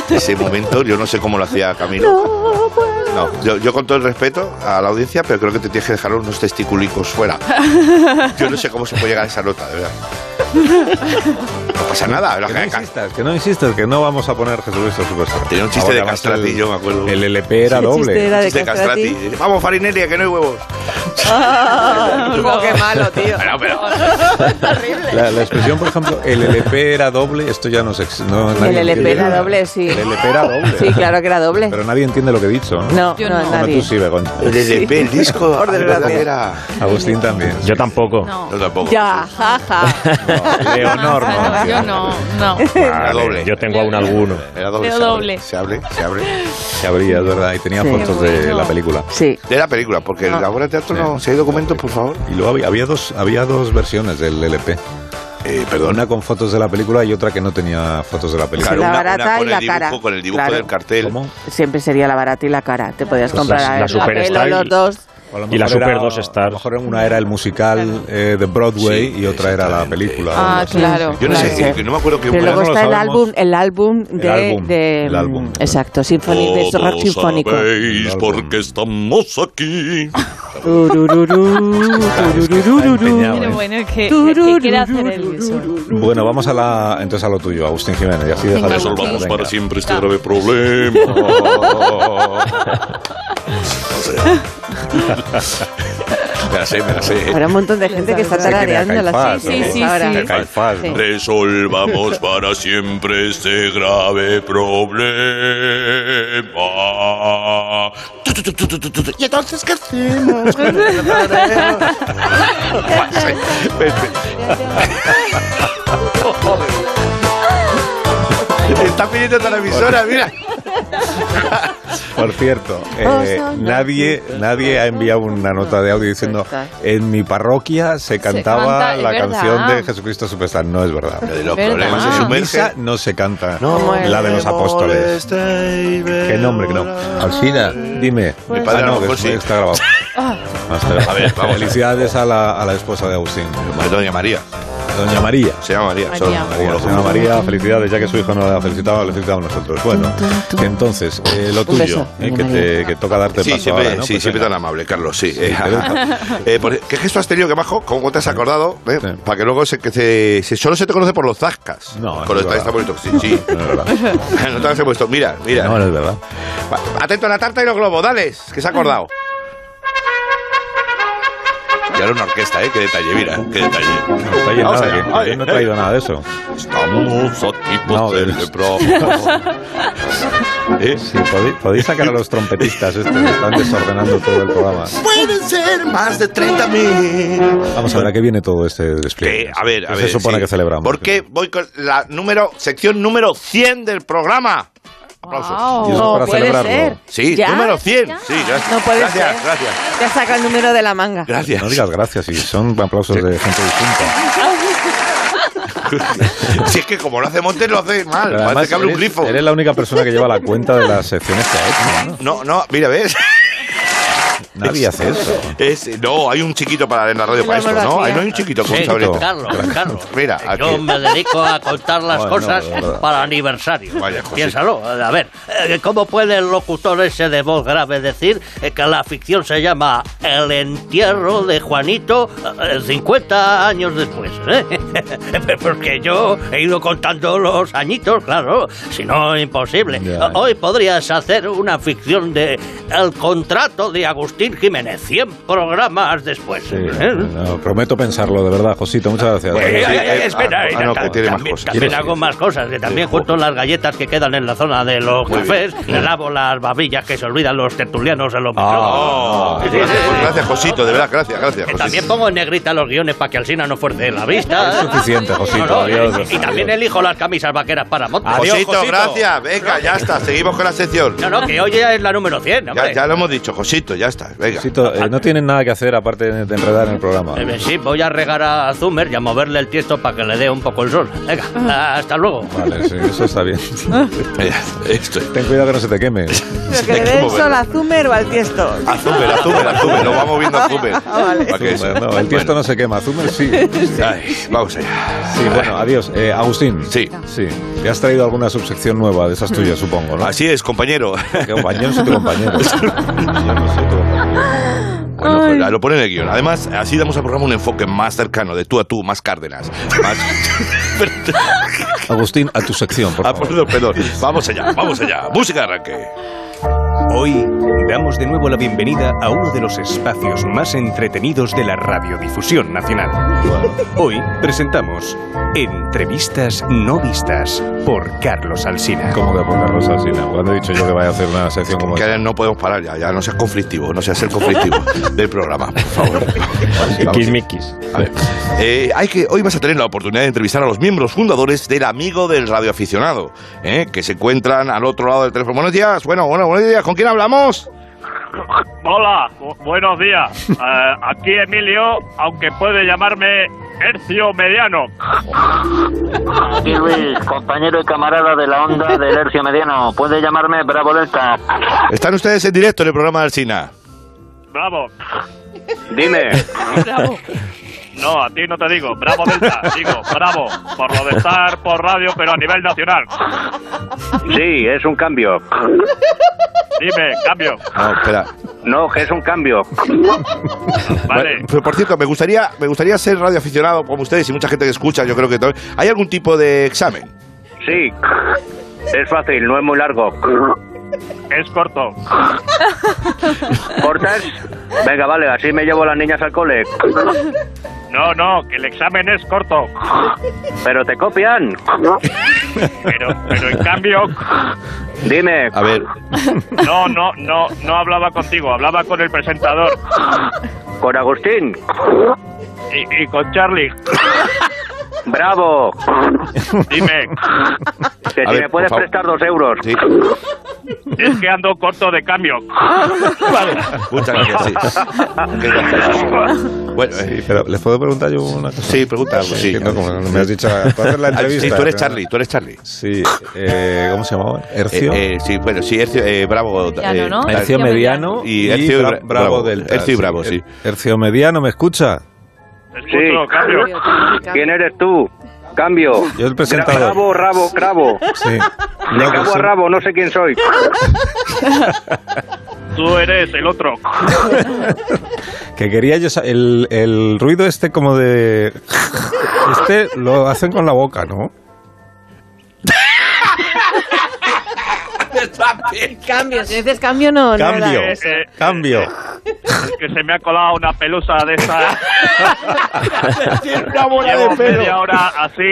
Speaker 3: Ese momento, yo no sé cómo lo hacía Camilo. No, yo, yo con todo el respeto a la audiencia, pero creo que te tienes que dejar unos testiculicos fuera. Yo no sé cómo se puede llegar a esa nota, de verdad. No pasa nada. la
Speaker 1: Que no
Speaker 3: gente-
Speaker 1: insistas, que no insistas, que no vamos a poner Jesucristo Superstar. Ah,
Speaker 3: Tenía un chiste de
Speaker 1: además,
Speaker 3: Castrati,
Speaker 1: el-
Speaker 3: yo me acuerdo.
Speaker 1: El LP era
Speaker 2: El chiste
Speaker 1: doble.
Speaker 2: era de
Speaker 3: Chiste de
Speaker 2: Castrati.
Speaker 3: Castrati. Vamos, Farinelia, que no hay huevos.
Speaker 2: Oh, qué malo, tío.
Speaker 3: Bueno, pero-
Speaker 1: La, la expresión, por ejemplo, el LP era doble, esto ya no se... No,
Speaker 2: El
Speaker 1: nadie
Speaker 2: LP
Speaker 1: entiende
Speaker 2: era
Speaker 1: nada.
Speaker 2: doble, sí.
Speaker 1: El LP era doble.
Speaker 2: Sí, claro que era doble.
Speaker 1: Pero nadie entiende lo que he dicho.
Speaker 2: No, Yo no, no.
Speaker 1: Bueno,
Speaker 2: nadie.
Speaker 1: tú sí, Begoña. Ah,
Speaker 3: El LP, el disco, Por ay, desgracia. ¿verdad que era?
Speaker 1: Agustín también. Yo tampoco. Yo tampoco.
Speaker 2: Ya, jaja.
Speaker 1: Leonor, no.
Speaker 10: Yo no, no.
Speaker 1: Era doble. Yo tengo aún alguno. Era
Speaker 10: doble, Era se abre, doble.
Speaker 1: Se abre, se abre. Se abría, es verdad. Y tenía
Speaker 3: Sí.
Speaker 1: fotos de la película.
Speaker 2: Sí.
Speaker 3: De la película, porque la obra de teatro no.
Speaker 1: Si hay documentos, por favor. Y luego había, había dos, había dos versiones del LP. perdón. Una con fotos de la película y otra que no tenía fotos de la película.
Speaker 2: Claro, La una- una barata con y el la dibujo, cara.
Speaker 3: Con el dibujo
Speaker 2: Claro.
Speaker 3: del cartel.
Speaker 2: Siempre sería la barata y la cara. Te podías
Speaker 1: Pues
Speaker 2: comprar a
Speaker 1: las- la
Speaker 2: ver, la
Speaker 1: Super
Speaker 2: pelo,
Speaker 1: Style.
Speaker 2: los dos.
Speaker 1: O a lo
Speaker 6: Y la
Speaker 1: mejor
Speaker 6: Super
Speaker 1: era-
Speaker 6: 2 Star.
Speaker 1: A lo mejor en una era el musical eh, de Broadway y otra era la película.
Speaker 2: Ah,
Speaker 1: No sé.
Speaker 2: claro,
Speaker 3: Yo no sé,
Speaker 2: claro.
Speaker 3: que no me acuerdo qué
Speaker 2: Pero
Speaker 3: obra-
Speaker 2: luego
Speaker 3: no lo
Speaker 2: está el
Speaker 3: sabemos.
Speaker 2: álbum, el álbum de...
Speaker 3: álbum,
Speaker 2: de-
Speaker 3: el álbum.
Speaker 2: Exacto, sinfónico, de rock sinfónico.
Speaker 12: sabéis por qué estamos aquí.
Speaker 10: Pero bueno, es que,
Speaker 2: Tururú,
Speaker 10: es que quiere hacer el eso.
Speaker 1: Bueno, vamos a la, entonces a lo tuyo, Agustín Jiménez. Y así deja de
Speaker 12: Resolvamos
Speaker 1: venga.
Speaker 12: para siempre este grave problema.
Speaker 1: Me la sé, me la sé.
Speaker 2: Habrá un montón de gente que está
Speaker 1: Se cree a
Speaker 2: tarareando la
Speaker 1: Caifás,
Speaker 2: sí, sí,
Speaker 1: ¿no?
Speaker 2: sí,
Speaker 1: A
Speaker 2: ahora.
Speaker 1: Caifás, ¿no?
Speaker 12: Resolvamos para siempre este grave problema.
Speaker 7: ¿Y entonces qué hacemos?
Speaker 3: Este, Está pidiendo televisora, mira.
Speaker 1: Por cierto, eh,
Speaker 3: Os
Speaker 1: nadie, nadie ha enviado una nota de audio diciendo en mi parroquia se cantaba
Speaker 3: canta, es
Speaker 1: la
Speaker 3: verdad".
Speaker 1: canción de Jesucristo Superstar. No es verdad.
Speaker 3: de los verdad. problemas se
Speaker 1: En
Speaker 3: sumerge.
Speaker 1: misa no se canta
Speaker 3: No
Speaker 1: la de los
Speaker 3: me
Speaker 1: apóstoles. Qué nombre, Pues que no. Alcina, dime. Ah,
Speaker 3: Mi padre a lo
Speaker 1: no, que
Speaker 3: mejor
Speaker 1: eso
Speaker 3: sí.
Speaker 1: está grabado. No, está grabado.
Speaker 3: A ver, vamos.
Speaker 1: Felicidades a la, a la esposa de Agustín.
Speaker 3: Doña María.
Speaker 1: Doña María.
Speaker 3: Se llama María.
Speaker 1: Solo María, se llama María, felicidades, ya que su hijo no la ha felicitado, le felicitamos nosotros. Bueno, entonces, eh, lo
Speaker 3: Un
Speaker 1: tuyo,
Speaker 3: beso,
Speaker 1: eh, que, te, que toca darte
Speaker 3: Sí,
Speaker 1: paso
Speaker 3: siempre,
Speaker 1: ahora, ¿no?
Speaker 3: sí,
Speaker 1: Pues
Speaker 3: siempre
Speaker 1: venga.
Speaker 3: tan amable, Carlos, sí. Eh,
Speaker 1: te deja.
Speaker 3: eh, por- ¿Qué gesto has tenido que bajo? ¿Cómo te has acordado? eh? Para que luego se, que se- se- solo se te conoce por los zascas. No,
Speaker 1: no es
Speaker 3: está,
Speaker 1: verdad.
Speaker 3: está bonito. Sí, sí. no te has puesto. Mira, mira.
Speaker 1: No, no es verdad.
Speaker 3: Va, Atento a la tarta y los globos, dales, que se ha acordado. Y ahora una orquesta, ¿eh? Qué detalle, mira, qué detalle.
Speaker 1: No he traído
Speaker 3: Vamos
Speaker 1: nada,
Speaker 3: allá.
Speaker 1: que- que yo no he traído nada de eso.
Speaker 12: Estamos aquí por
Speaker 1: No, del-
Speaker 12: celebrar.
Speaker 3: ¿eh?
Speaker 1: Sí, podéis, podéis sacar a los trompetistas estos que están desordenando todo el programa.
Speaker 3: Pueden ser más de 30 mil.
Speaker 1: Vamos a ver a qué viene todo este despliegue.
Speaker 3: Eh, A ver, a
Speaker 1: ¿Qué
Speaker 3: ver.
Speaker 1: se supone
Speaker 3: sí.
Speaker 1: que celebramos.
Speaker 3: Porque voy con la número, sección número 100 del programa.
Speaker 2: Wow.
Speaker 3: Y eso
Speaker 2: No
Speaker 3: para
Speaker 2: Oh, puede
Speaker 3: celebrarlo.
Speaker 2: ser.
Speaker 3: Sí,
Speaker 2: ¿Ya?
Speaker 3: número 100. Sí, gracias.
Speaker 2: No puede
Speaker 3: gracias,
Speaker 2: ser.
Speaker 3: gracias.
Speaker 2: Ya saca el número de la manga.
Speaker 3: Gracias.
Speaker 1: No digas gracias, sí, son aplausos de gente distinta.
Speaker 3: si es que como lo hace Montes, lo hace mal.
Speaker 1: Pero
Speaker 3: Parece
Speaker 1: además
Speaker 3: que abre un
Speaker 1: eres-
Speaker 3: grifo.
Speaker 1: Eres la única persona que lleva la ¿eh? cuenta de las secciones que ha hecho. ¿no?
Speaker 3: No, no, mira, ¿ves?
Speaker 1: Nadie hace eso.
Speaker 3: Es- no, hay un chiquito para en la radio
Speaker 1: Es
Speaker 3: para
Speaker 1: la
Speaker 3: esto,
Speaker 1: monarquía.
Speaker 3: ¿no? Ahí no hay un chiquito con
Speaker 13: Sí,
Speaker 3: sabrito.
Speaker 13: Carlos, Carlos.
Speaker 3: Mira, aquí.
Speaker 13: Yo me dedico a contar las
Speaker 3: Bueno,
Speaker 13: cosas
Speaker 3: de verdad.
Speaker 13: para aniversario.
Speaker 3: Vaya, José.
Speaker 13: Piénsalo. A ver, eh, ¿cómo puede el locutor ese de voz grave decir eh, que la ficción se llama El entierro de Juanito eh, 50 años después? eh? Porque yo he ido contando los añitos, claro. Si no, imposible.
Speaker 14: Ya.
Speaker 13: Hoy podrías hacer una ficción de El contrato de Agustín Jiménez, 100 programas después.
Speaker 1: Sí,
Speaker 13: ¿eh?
Speaker 1: no, prometo pensarlo, de verdad, Josito. Muchas gracias.
Speaker 3: Pues,
Speaker 13: Bueno,
Speaker 1: Sí,
Speaker 13: eh, eh,
Speaker 1: eh,
Speaker 13: espera,
Speaker 1: ah,
Speaker 13: eh,
Speaker 1: ah, no, que
Speaker 13: tam-
Speaker 1: tiene más
Speaker 13: también,
Speaker 1: cosas.
Speaker 13: también
Speaker 1: Sí,
Speaker 13: hago más cosas, que también junto las galletas que quedan en la zona de los cafés, lavo las babillas que se olvidan los tertulianos en los
Speaker 3: Ah,
Speaker 13: micrófonos. Sí, sí, sí.
Speaker 3: Gracias, Josito, de verdad, gracias, gracias.
Speaker 13: Que
Speaker 3: Josito.
Speaker 13: También pongo en negrita los guiones para que Alsina no fuerce la vista.
Speaker 1: Es suficiente, Josito.
Speaker 13: ¿eh? No, no,
Speaker 1: adiós.
Speaker 13: y, y también elijo las camisas vaqueras para motos.
Speaker 3: Josito, gracias. Venga, ya está, seguimos con la sección.
Speaker 13: No, no, que hoy ya es la número 100,
Speaker 3: Ya,
Speaker 13: hombre.
Speaker 3: ya lo hemos dicho, Josito, ya está. Venga.
Speaker 1: Josito, eh, no tienen nada que hacer aparte de de enredar en el programa.
Speaker 13: Eh, Sí, voy a regar a Zumer y a moverle el tiesto para que le dé un poco el sol. Venga, hasta luego.
Speaker 1: Vale, sí, eso está bien. Ten cuidado que no se te queme.
Speaker 2: Pero que le dé el sol a Zumer o al tiesto. Ah,
Speaker 3: A Zuber, a Zuber, a Zuber. Lo va moviendo a Zuber. ¿Para qué?
Speaker 1: Zumer, no, el tiesto no se quema, Zumer sí.
Speaker 3: Ay, vamos allá.
Speaker 1: Sí, bueno, adiós. Eh, Agustín.
Speaker 3: Sí.
Speaker 1: Sí. Te has traído alguna subsección nueva de esas tuyas, supongo, ¿no?
Speaker 3: Así es, compañero. Pues,
Speaker 1: Compañero, soy tu compañero.
Speaker 3: Bueno, pues la- lo pone en el guión. Además, así damos al programa un enfoque más cercano, de tú a tú, más Cárdenas. Más...
Speaker 1: Agustín, a tu sección, por
Speaker 3: Ah,
Speaker 1: favor.
Speaker 3: perdón, perdón. Vamos allá, vamos allá. Música de arranque.
Speaker 14: Hoy damos de nuevo la bienvenida a uno de los espacios más entretenidos de la radiodifusión nacional. Hoy presentamos Entrevistas no vistas por Carlos Alsina.
Speaker 1: ¿Cómo que por Carlos Alsina? Cuando he dicho yo que vaya a hacer una sección como
Speaker 3: Que no podemos parar ya, ya no seas conflictivo, no seas el conflictivo del programa, por favor.
Speaker 6: Xmikis.
Speaker 3: A ver, eh, hay que, hoy vas a tener la oportunidad de entrevistar a los miembros fundadores del Amigo del Radioaficionado, ¿eh? que se encuentran al otro lado del teléfono. Buenos días, bueno, bueno, buenos días, ¿con quién hablamos?
Speaker 15: Hola, bu- buenos días. Eh, aquí Emilio, aunque puede llamarme Hercio Mediano.
Speaker 16: Aquí Luis, compañero y camarada de la onda del Hercio Mediano. Puede llamarme Bravoleta.
Speaker 3: Están ustedes en directo en el programa del Sina.
Speaker 15: Bravo.
Speaker 16: Dime.
Speaker 15: Bravo. No, a ti no te digo, bravo Delta, digo, bravo, por lo de estar por radio, pero a nivel nacional.
Speaker 16: Sí, es un cambio.
Speaker 15: Dime, cambio.
Speaker 3: No, espera.
Speaker 16: No, que es un cambio.
Speaker 3: Bueno, pero por cierto, me gustaría, me gustaría ser radioaficionado como ustedes y mucha gente que escucha, yo creo que también. ¿Hay algún tipo de examen?
Speaker 16: Sí. Es fácil, no es muy largo.
Speaker 15: Es corto.
Speaker 16: ¿Cortas? Venga, vale, así me llevo las niñas al cole.
Speaker 15: No, no, que el examen es corto,
Speaker 16: Pero te copian.
Speaker 15: pero, pero en cambio,
Speaker 16: Dime.
Speaker 3: A ver.
Speaker 15: no, no, no, no hablaba contigo, hablaba con el presentador
Speaker 16: Con Agustín.
Speaker 15: y, y con Charlie.
Speaker 16: Bravo.
Speaker 15: Dime,
Speaker 16: Que
Speaker 15: A
Speaker 16: si
Speaker 15: ver,
Speaker 16: me puedes
Speaker 15: por favor.
Speaker 16: prestar dos euros.
Speaker 15: es que ando corto de cambio.
Speaker 3: Muchas gracias. sí. Bueno, eh,
Speaker 1: Sí, pero ¿les puedo preguntar yo una cosa?
Speaker 3: Sí, pregunta algo, sí.
Speaker 1: Que no, como me has dicho, para hacer la
Speaker 3: Ah, sí,
Speaker 1: entrevista.
Speaker 3: tú eres
Speaker 1: pero-
Speaker 3: Charlie, tú eres Charlie.
Speaker 1: Sí, eh, ¿cómo se llamaba? Hercio.
Speaker 3: Eh, eh, sí, bueno, sí, Hercio, eh, Bravo.
Speaker 1: Mediano,
Speaker 3: eh,
Speaker 1: ¿no?
Speaker 3: tal.
Speaker 1: Hercio Mediano
Speaker 3: Y
Speaker 1: y
Speaker 3: Hercio
Speaker 1: Bra-
Speaker 3: Bra-
Speaker 1: Bravo
Speaker 3: Bravo del.
Speaker 1: Delta,
Speaker 3: Hercio y
Speaker 1: sí.
Speaker 3: Bravo, sí.
Speaker 1: Hercio Mediano, ¿me escucha?
Speaker 16: Sí. ¿Quién eres tú? Cambio.
Speaker 1: Yo el presentador.
Speaker 16: Bravo, rabo, cravo.
Speaker 1: Sí.
Speaker 16: De
Speaker 1: No,
Speaker 16: cabo
Speaker 1: pues,
Speaker 16: a rabo, no sé quién soy.
Speaker 15: Tú eres el otro.
Speaker 1: Que quería yo... sa- El, el ruido este como de... Este lo hacen con la boca, ¿no?
Speaker 2: Cambio, si dices cambio no. no
Speaker 1: Cambio.
Speaker 2: da eso.
Speaker 1: Cambio.
Speaker 15: eh, que se me ha colado una pelusa de esa.
Speaker 3: una bola
Speaker 15: Llevo
Speaker 3: de pelo.
Speaker 15: media hora así.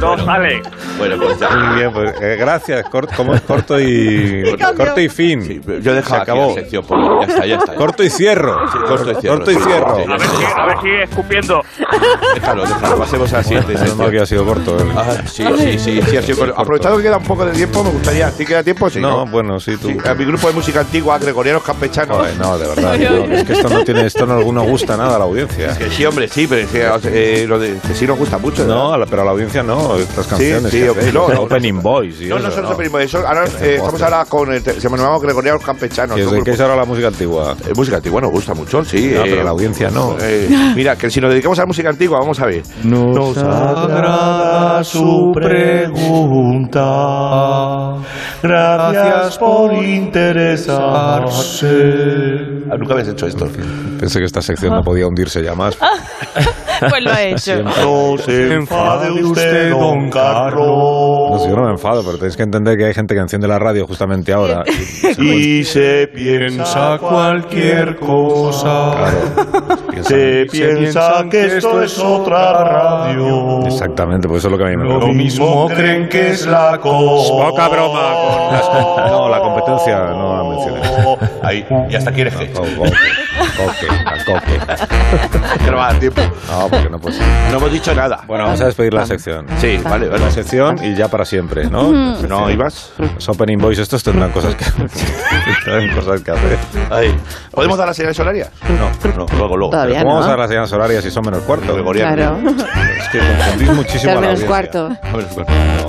Speaker 15: No sale.
Speaker 3: Bueno, pues ya.
Speaker 1: Muy bien, pues, eh, gracias. Cort- como es corto y...
Speaker 3: Cambio.
Speaker 1: corto y fin.
Speaker 3: Yo he
Speaker 1: Se
Speaker 3: dejado aquí
Speaker 1: acabó.
Speaker 3: la sección, porque ya está, ya está. ya.
Speaker 1: Corto y cierro.
Speaker 3: Sí, corto y cierro.
Speaker 1: Corto y
Speaker 3: sí,
Speaker 1: cierro.
Speaker 3: sí, ya
Speaker 15: A ver si, a ver si escupiendo.
Speaker 3: está. Déjalo, déjalo. Pasemos a la siguiente
Speaker 1: Menos mal
Speaker 3: sección.
Speaker 1: que ha sido corto. eh. el-
Speaker 3: Ah, sí, sí, sí, sí, ha sido corto. Aprovechado que queda un poco de tiempo, me gustaría. ¿Sí queda tiempo? Sí,
Speaker 1: No, bueno, sí, tú.
Speaker 3: Sí, a mi grupo de música antigua, gregorianos campechanos.
Speaker 1: Joder, no, de verdad. digo, es que esto no tiene, esto no, no gusta nada a la audiencia.
Speaker 3: Que sí, hombre, sí, pero es que, eh, lo de- que sí nos gusta mucho.
Speaker 1: No, a la- pero a la audiencia no, estas canciones.
Speaker 3: sí,
Speaker 1: que
Speaker 3: o-
Speaker 1: hacéis,
Speaker 3: no,
Speaker 1: los
Speaker 3: no,
Speaker 1: opening boys. y
Speaker 3: No,
Speaker 1: eso,
Speaker 3: no,
Speaker 1: no.
Speaker 3: nosotros primero eso. Ahora eh, estamos ahora con el, te- se me llamamos gregorianos campechanos.
Speaker 1: Que os
Speaker 3: ¿no?
Speaker 1: dediquéis ahora a la música antigua.
Speaker 3: Eh, música antigua nos gusta mucho, sí.
Speaker 1: No,
Speaker 3: eh,
Speaker 1: pero la audiencia no.
Speaker 3: eh, mira, que si nos dedicamos a la música antigua, vamos a ver.
Speaker 5: Nos agrada su pregunta. Gracias por interesarse.
Speaker 3: Ah, Nunca habías hecho esto.
Speaker 1: Pensé que esta sección no podía hundirse ya más.
Speaker 10: Ah. Pues lo ha hecho.
Speaker 5: No se enfade usted, don Carlos.
Speaker 1: No sé, yo no me enfado, pero tenéis que entender que hay gente que enciende la radio justamente ahora. Y,
Speaker 5: Y se piensa cualquier cosa. Se piensa que esto es otra radio.
Speaker 1: exactamente, pues eso es lo que a mí me
Speaker 5: Lo mismo creen que es la cosa.
Speaker 1: Poca broma con las- No, la competencia no la mencioné.
Speaker 3: Oh, Ahí, y hasta quieres que.
Speaker 1: Coque, coque, a coque.
Speaker 3: Que no va a dar tiempo.
Speaker 1: No, porque no puede ser.
Speaker 3: No hemos dicho nada.
Speaker 1: Bueno, vamos a despedir la sección.
Speaker 3: Sí, vale, vale.
Speaker 1: La sección y ya para siempre, ¿no?
Speaker 3: No, ibas.
Speaker 1: Los opening boys estos tendrán cosas que, tendrán cosas que hacer. Pues,
Speaker 3: Ahí. ¿Podemos dar la señal horaria?
Speaker 1: No,
Speaker 3: No, luego, luego.
Speaker 2: Todavía
Speaker 1: ¿Cómo
Speaker 2: no.
Speaker 1: vamos a dar las señales horarias si son menos cuarto?
Speaker 3: Gregoriano.
Speaker 2: Claro.
Speaker 1: Es que confundís muchísimo a
Speaker 2: Al
Speaker 1: la
Speaker 2: menos
Speaker 1: audiencia.
Speaker 2: cuarto.
Speaker 3: A ver, espera.
Speaker 1: No.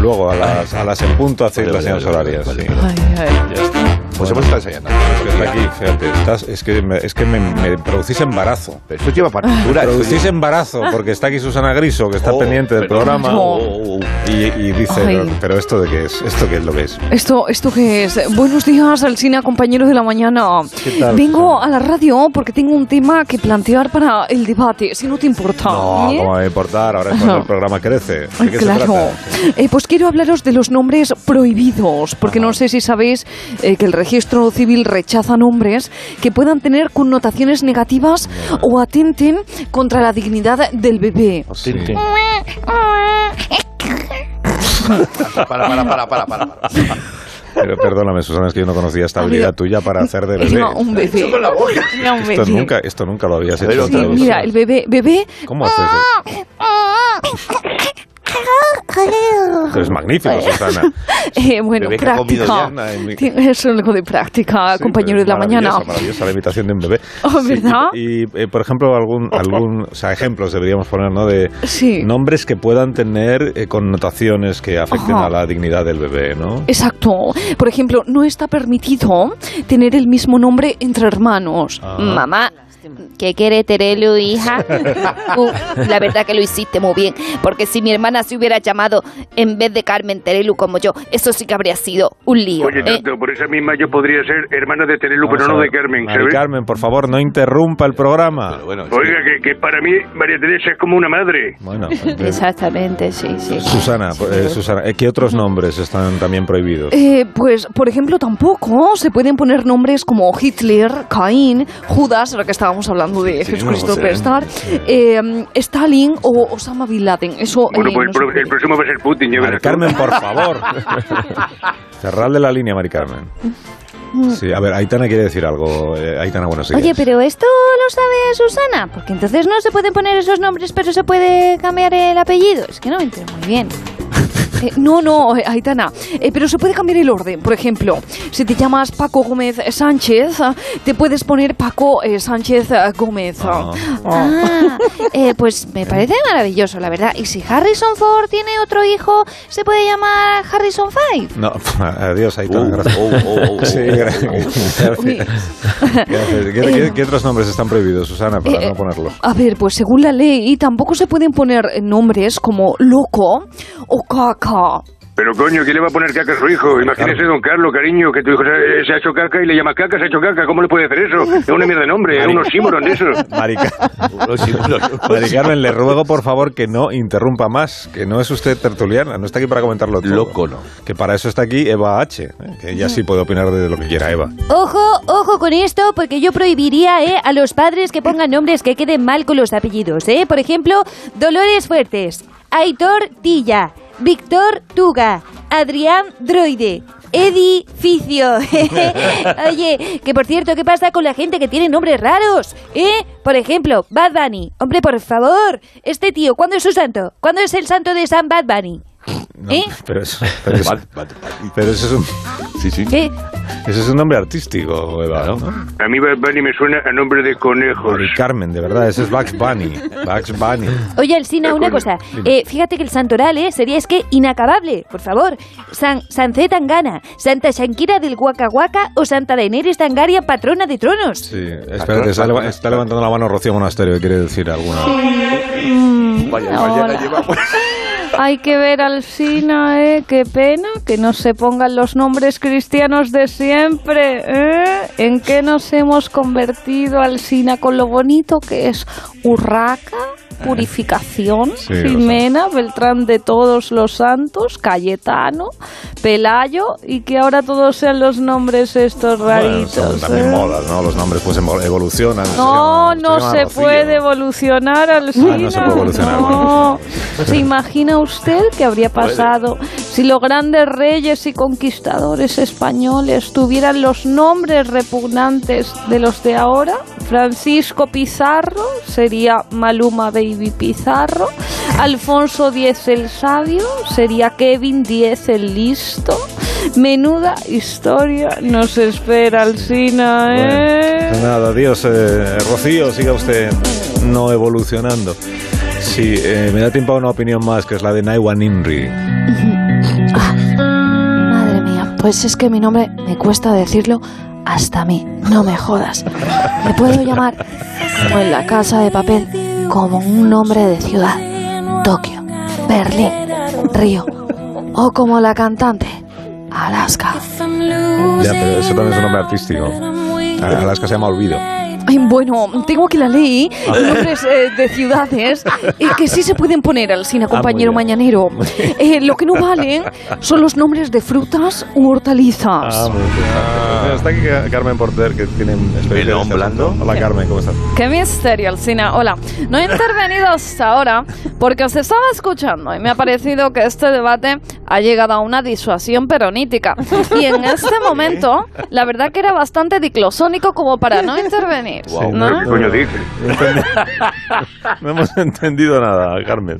Speaker 1: Luego a las, a las en punto hacéis las señales horarias. sí.
Speaker 10: Ay, ay.
Speaker 3: Ya está. Pues hemos estado ensayando.
Speaker 1: Es que está aquí, fíjate. estás- es que, me, es que me, me producís embarazo.
Speaker 3: Pero esto lleva partitura.
Speaker 1: Producís
Speaker 3: esto lleva- Oh,
Speaker 1: embarazo, porque está aquí Susana Griso, que está pendiente del
Speaker 3: pero-
Speaker 1: programa.
Speaker 3: Oh.
Speaker 1: Y, y dice,
Speaker 4: Ay.
Speaker 1: pero, pero ¿esto de qué es? ¿Esto qué es lo que es?
Speaker 4: ¿Esto, ¿Esto qué es? Buenos días, Alcina, compañeros de la mañana.
Speaker 1: ¿Qué tal?
Speaker 4: Vengo a la radio porque tengo un tema que plantear para el debate, si no te importa.
Speaker 1: No,
Speaker 4: ¿eh?
Speaker 1: Ah, ¿cómo va a importar? Ahora es cuando el programa crece. ¿De
Speaker 4: Ay,
Speaker 1: qué se
Speaker 4: claro.
Speaker 1: trata?
Speaker 4: Eh, pues quiero hablaros de los nombres prohibidos, porque no sé si sabéis eh, que el registro civil rechaza nombres que puedan tener connotaciones negativas o atenten contra la dignidad del bebé. Ah,
Speaker 3: Para, para, para, para, para. para.
Speaker 1: Pero perdóname, Susana, es que yo no conocía esta habilidad tuya para hacer de bebé.
Speaker 4: Encima, un bebé. Encima, un
Speaker 1: Esto
Speaker 4: bebé.
Speaker 1: nunca, esto nunca lo habías hecho.
Speaker 4: Sí, mira, el bebé, bebé.
Speaker 1: ¿Cómo haces eso? Pero es magnífico, Susana.
Speaker 4: Eh, bueno,
Speaker 1: Bebé que ha comido
Speaker 4: práctica.
Speaker 1: ya en mi-
Speaker 4: Ti- Es algo de práctica, compañero de la mañana.
Speaker 1: Maravillosa, maravillosa la imitación de un bebé.
Speaker 4: Oh, ¿Verdad?
Speaker 1: Y, eh, por ejemplo, algún, algún, o sea, ejemplos deberíamos poner, ¿no? De
Speaker 4: Sí.
Speaker 1: nombres que puedan tener eh, connotaciones que afecten
Speaker 4: Ajá.
Speaker 1: a la dignidad del bebé, ¿no?
Speaker 4: Exacto. Por ejemplo, no está permitido tener el mismo nombre entre hermanos.
Speaker 1: Ah.
Speaker 9: Mamá, ¿qué quiere Terelu, hija? Tú, la verdad que lo hiciste muy bien, porque si mi hermana se hubiera llamado en vez de Carmen Terelu como yo, eso sí que habría sido un lío.
Speaker 17: Oye,
Speaker 9: ¿eh?
Speaker 17: tanto, por esa misma yo podría ser hermano de Terelu, pero
Speaker 1: Vamos a
Speaker 17: no de
Speaker 1: ver,
Speaker 17: Carmen,
Speaker 1: Mari
Speaker 17: ¿sabes?
Speaker 1: Carmen, por favor, no interrumpa el programa.
Speaker 17: Oiga, que, que para mí María Teresa es como una madre. Pues
Speaker 1: Bueno,
Speaker 9: Exactamente, sí, sí.
Speaker 1: Susana, eh, Susana, eh, ¿qué otros nombres están también prohibidos?
Speaker 4: Eh, pues, por ejemplo, tampoco se pueden poner nombres como Hitler, Caín, Judas, ahora que estábamos hablando de
Speaker 17: Sí,
Speaker 4: Jesucristo
Speaker 17: no sé.
Speaker 4: Superstar, eh, Stalin o Osama Bin Laden. Eso
Speaker 17: Bueno,
Speaker 4: eh,
Speaker 17: pues el,
Speaker 4: no se
Speaker 17: pro- el próximo va a ser Putin, ya verás.
Speaker 1: Carmen, por favor. Cerrarle la línea, Mari Carmen. Sí, a ver, Aitana quiere decir algo. Eh, Aitana, bueno, sí.
Speaker 9: Oye, pero esto lo sabe Susana, porque entonces no se pueden poner esos nombres, pero se puede cambiar el apellido. Es que no me entero muy bien.
Speaker 4: Eh, no, no, eh, Aitana. Eh, pero se puede cambiar el orden. Por ejemplo, si te llamas Paco Gómez Sánchez, ah, te puedes poner Paco eh, Sánchez ah, Gómez. ah.
Speaker 9: Ah, eh, pues me parece maravilloso, la verdad. Y si Harrison Ford tiene otro hijo, se puede llamar Harrison Five.
Speaker 1: No, adiós, Aitana, gracias. Sí, gra- gracias. Gracias. ¿Qué, qué- qué otros nombres están prohibidos, Susana, para
Speaker 4: Eh,
Speaker 1: no ponerlos?
Speaker 4: A ver, pues según la ley, tampoco se pueden poner eh, nombres como loco o caca.
Speaker 17: Pero coño, ¿quién le va a poner caca a su hijo? Imagínese, don Carlos, cariño, que tu hijo se, se ha hecho caca y le llamas caca, se ha hecho caca. ¿Cómo le puede hacer eso? Es una mierda de nombre, es un oxímoron de eso.
Speaker 1: Mari, Car- Mari Carmen, le ruego por favor que no interrumpa más, que no es usted tertuliana, no está aquí para comentarlo todo. Loco, no. Que para eso está aquí Eva H, eh, que ella sí puede opinar de lo que quiera Eva.
Speaker 18: Ojo, ojo con esto, porque yo prohibiría eh, a los padres que pongan nombres que queden mal con los apellidos. Eh. Por ejemplo, Dolores Fuertes, Aitor Tilla, Víctor Tuga, Adrián Droide. Edificio. eh. Oye, que por cierto, ¿qué pasa con la gente que tiene nombres raros? ¿Eh? Por ejemplo, Bad Bunny. Hombre, por favor, este tío, ¿cuándo es su santo? ¿Cuándo es el santo de San Bad Bunny? ¿Eh?
Speaker 1: Pero eso, pero eso- pero eso es un... Sí, sí.
Speaker 18: ¿Qué?
Speaker 1: Ese es un nombre artístico, Eva, ¿no?
Speaker 17: A mí Bad Bunny me suena a nombre de conejos.
Speaker 1: Mari Carmen, de verdad, ese es Bugs Bunny. Bugs Bunny.
Speaker 18: Oye, Alsina, una cosa.
Speaker 1: Dime.
Speaker 18: Eh, fíjate que el santoral eh, sería es que inacabable, por favor. San, San C. Tangana, Santa Shankira del Huaca Huaca o Santa Daenerys Tangaria, patrona de tronos.
Speaker 1: Sí, espérate, está, leva- está levantando la mano Rocío Monasterio, que quiere decir alguna.
Speaker 4: Vaya, vaya, la Mm, Hola. Hay que ver Alsina, ¿eh? Qué pena que no se pongan los nombres cristianos de siempre, ¿eh? ¿En qué nos hemos convertido, Alsina, con lo bonito que es Urraca, Purificación,
Speaker 9: Sí, lo
Speaker 4: Jimena, Beltrán de todos los santos, Cayetano, Pelayo, y que ahora todos sean los nombres estos
Speaker 1: Bueno,
Speaker 4: raritos.
Speaker 1: son también
Speaker 4: ¿eh?
Speaker 1: modas, ¿no? Los nombres pues evol- evolucionan. se
Speaker 4: No,
Speaker 1: llaman-
Speaker 4: no
Speaker 1: llaman
Speaker 4: se
Speaker 1: Rocío.
Speaker 4: puede evolucionar al
Speaker 1: Ah, no se puede evolucionar,
Speaker 4: No. ¿Se imagina usted qué habría pasado si los grandes reyes y conquistadores españoles tuvieran los nombres repugnantes de los de ahora? Francisco Pizarro sería Maluma Baby Pizarro. Alfonso X el sabio sería Kevin X el listo. Menuda historia nos espera, Alcina, ¿eh?
Speaker 1: Pues Nada, adiós, eh, Rocío, siga usted no evolucionando. Sí, eh, me da tiempo a una opinión más, que es la de Naiwa Nimri.
Speaker 9: Madre mía.
Speaker 4: Pues es que mi nombre me cuesta decirlo hasta a mí. No me jodas. Me puedo llamar, como en la casa de papel, como un nombre de ciudad. Tokio, Berlín, Río. O como la cantante, Alaska.
Speaker 1: Ya, pero eso también es un nombre artístico. Alaska se llama Olvido.
Speaker 4: Ay, bueno, tengo que la ley, nombres eh, de ciudades, eh, que sí se pueden poner al cine, compañero
Speaker 1: Ah, muy
Speaker 4: mañanero. Eh, lo que no valen son los nombres de frutas u hortalizas.
Speaker 1: Ah, muy bien. Mira, Está aquí Carmen Porter, que tiene experiencia. en este mundo. Hola, Carmen, ¿cómo estás?
Speaker 10: Qué misterio, Alcina. Hola. No he intervenido hasta ahora porque os estaba escuchando y me ha parecido que este debate ha llegado a una disuasión peronítica. Y en este momento, la verdad que era bastante diclosónico como para no intervenir.
Speaker 1: Sí,
Speaker 10: ¿no?
Speaker 1: ¿Qué coño dices? No entendí- no hemos entendido nada, Carmen.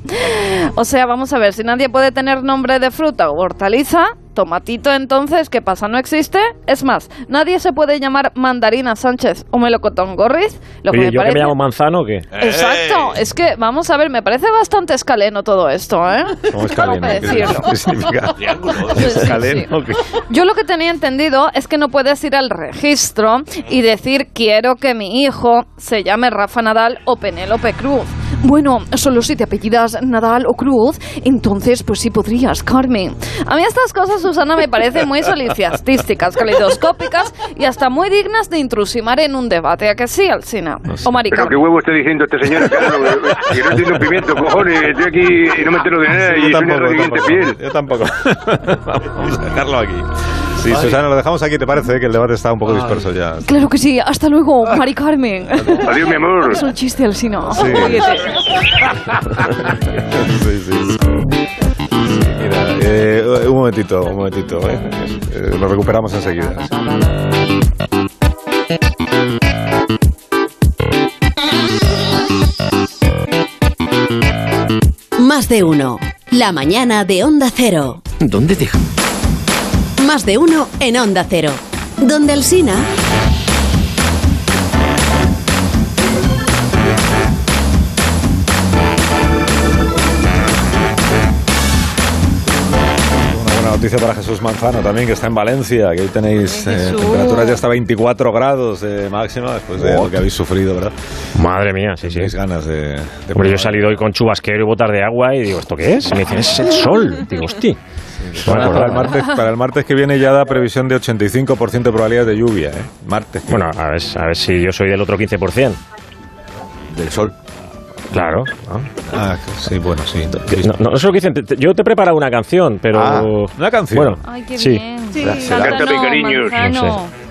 Speaker 10: O sea, vamos a ver, si nadie puede tener nombre de fruta o hortaliza, tomatito entonces, ¿qué pasa? ¿No existe? Es más, nadie se puede llamar mandarina Sánchez o melocotón Gorriz, lo que
Speaker 6: Oye,
Speaker 10: me
Speaker 6: ¿yo que
Speaker 10: parece...
Speaker 6: me llamo Manzano o qué?
Speaker 10: Exacto, es que vamos a ver, me parece bastante escaleno todo esto, ¿eh?
Speaker 1: ¿Cómo es
Speaker 10: Tengo
Speaker 1: Caleno?
Speaker 10: que decirlo.
Speaker 1: ¿Qué significa? ¿Es Caleno? ¿Qué?
Speaker 10: Yo lo que tenía entendido es que no puedes ir al registro y decir quiero que mi hijo se llame Rafa Nadal o Penélope Cruz. Bueno, solo si te apellidas Nadal o Cruz, entonces pues sí podrías, Carmen. A mí estas cosas, Susana, me parecen muy soliciastísticas, caleidoscópicas y hasta muy dignas de intrusimar en un debate. ¿A que sí, Alcina? O Mari
Speaker 17: Pero qué
Speaker 10: Carmen.
Speaker 17: huevo está diciendo esta señora, claro. Yo no entiendo un pimiento, cojones. Eh, Estoy aquí y no me entero de nada.
Speaker 1: Yo
Speaker 17: y soy una
Speaker 1: tampoco,
Speaker 17: reviviente
Speaker 1: tampoco.
Speaker 17: fiel.
Speaker 1: Yo tampoco. Vamos a dejarlo aquí. Sí,
Speaker 17: Ay.
Speaker 1: Susana, lo dejamos aquí, ¿te parece? Que el debate está un poco disperso ya.
Speaker 4: Claro que sí, hasta luego, Mari Carmen.
Speaker 1: Adiós, mi amor.
Speaker 4: Es un chiste, Alcina.
Speaker 1: Ah. Sí. sí, sí. sí. Mira, eh, un momentito, un momentito. eh. Eh, lo recuperamos enseguida.
Speaker 11: Más de uno. La mañana de Onda Cero.
Speaker 19: ¿Dónde dejan?
Speaker 11: Más de uno en Onda Cero. Donde Alsina.
Speaker 1: Una buena noticia para Jesús Manzano también, que está en Valencia, que hoy tenéis eh, temperaturas ya hasta 24 grados de máxima después de lo que habéis sufrido, ¿verdad?
Speaker 6: Oh. Madre mía, sí, sí.
Speaker 1: ganas de...
Speaker 6: Hombre, yo he salido hoy con chubasquero y botas de agua y digo, ¿esto qué es? Y me dicen, es el sol. Digo, hostia. No me
Speaker 1: Para, para el
Speaker 6: acordaba.
Speaker 1: martes, para el martes que viene ya da previsión de 85% de probabilidad de lluvia, ¿eh? Martes.
Speaker 6: Bueno, a ver, a ver si yo soy del otro 15%.
Speaker 1: Del sol.
Speaker 6: Claro.
Speaker 1: Ah, sí, bueno, sí.
Speaker 6: No, no, eso es lo que dicen. Te- te- Yo te he preparado una canción, pero.
Speaker 1: Ah, ¿una canción?
Speaker 6: Bueno,
Speaker 1: Ay,
Speaker 6: sí.
Speaker 1: No sé.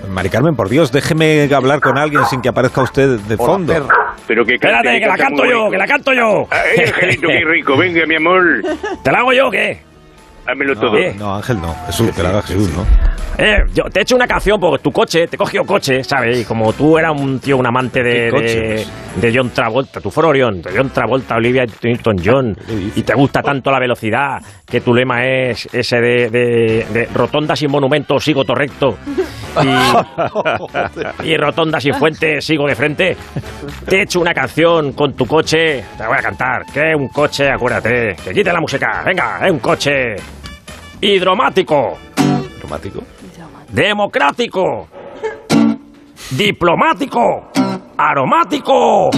Speaker 1: Mari Carmen, por Dios, déjeme hablar con alguien sin que aparezca usted de fondo.
Speaker 17: Pero que cante,
Speaker 6: Espérate, que la
Speaker 17: canta
Speaker 6: canto
Speaker 17: muy
Speaker 6: yo,
Speaker 17: bonito.
Speaker 6: que la canto yo.
Speaker 17: Ay, Angelito, qué rico. Venga, mi amor.
Speaker 6: ¿Te la hago yo o qué?
Speaker 17: Hámelo
Speaker 6: No,
Speaker 17: todo.
Speaker 6: eh.
Speaker 1: No, Ángel, no. Jesús, que la haga Jesús, ¿no?
Speaker 6: Eh, yo te he hecho una canción por tu coche, te he cogido coche, ¿sabes? Y como tú eras un tío, un amante de,
Speaker 1: ¿Qué coche,
Speaker 6: de, de John Travolta, tu foro Orion, de John Travolta, Olivia Newton-John, y te gusta tanto la velocidad, que tu lema es ese de, de, de rotonda sin monumento, sigo torrecto, y, y rotonda sin fuente, sigo de frente. Te he hecho una canción con tu coche, te la voy a cantar, que es un coche, acuérdate, que quite la música, venga, es un coche hidromático.
Speaker 1: Automático.
Speaker 6: Democrático. Diplomático. Aromático.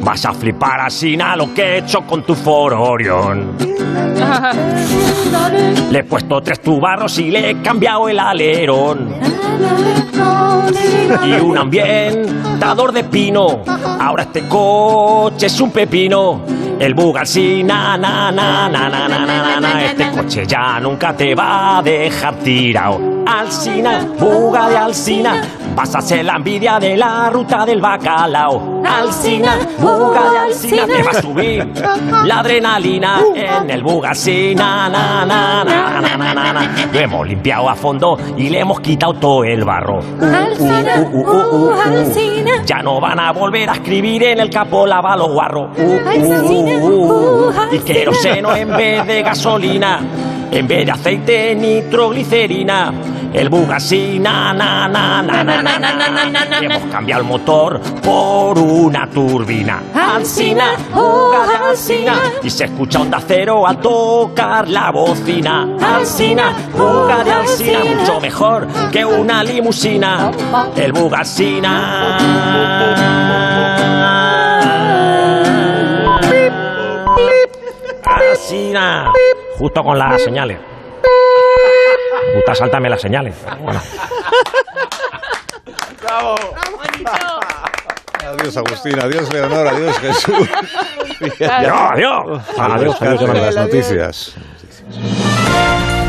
Speaker 6: Vas a flipar así a lo que he hecho con tu foro Orión. Le he puesto tres tubarros y le he cambiado el alerón. Y un ambientador de pino. Ahora este coche es un pepino. El bugal sí, na, na, na, na, na, na, na, na, na. Este coche ya nunca te va a dejar tirado. Alcina, buga de Alcina. Vas a ser la envidia de la ruta del bacalao. Alcina, buga de Alcina. Te va a subir la adrenalina en el buga sí, na, na, na, na, na, na, na, na. Lo hemos limpiado a fondo y le hemos quitado todo el barro.
Speaker 12: Alcina,
Speaker 6: Uh, uh, uh, uh, uh, uh. Ya no van a volver a escribir en el capo lava los guarros. Uh, uh, uh, uh. Y queroseno en vez de gasolina. En vez de aceite, nitroglicerina. El bug así, na, na, na, na, na, na, na, na, na, na, Hemos cambiado el motor por una turbina.
Speaker 7: Alcina, oh, Alcina,
Speaker 6: Y se escucha onda cero al tocar la bocina. Alcina, fuga de Alcina, mucho mejor que una limusina. El bug así, na. Alcina. Justo con las señales. Puta, sáltame las señales. Bueno.
Speaker 3: ¡Bravo!
Speaker 1: Adiós, Agustín. Adiós, Leonor. Adiós, Jesús.
Speaker 6: Adiós, adiós. Adiós,
Speaker 1: Adiós, Carmen,
Speaker 6: adiós.
Speaker 1: Las noticias.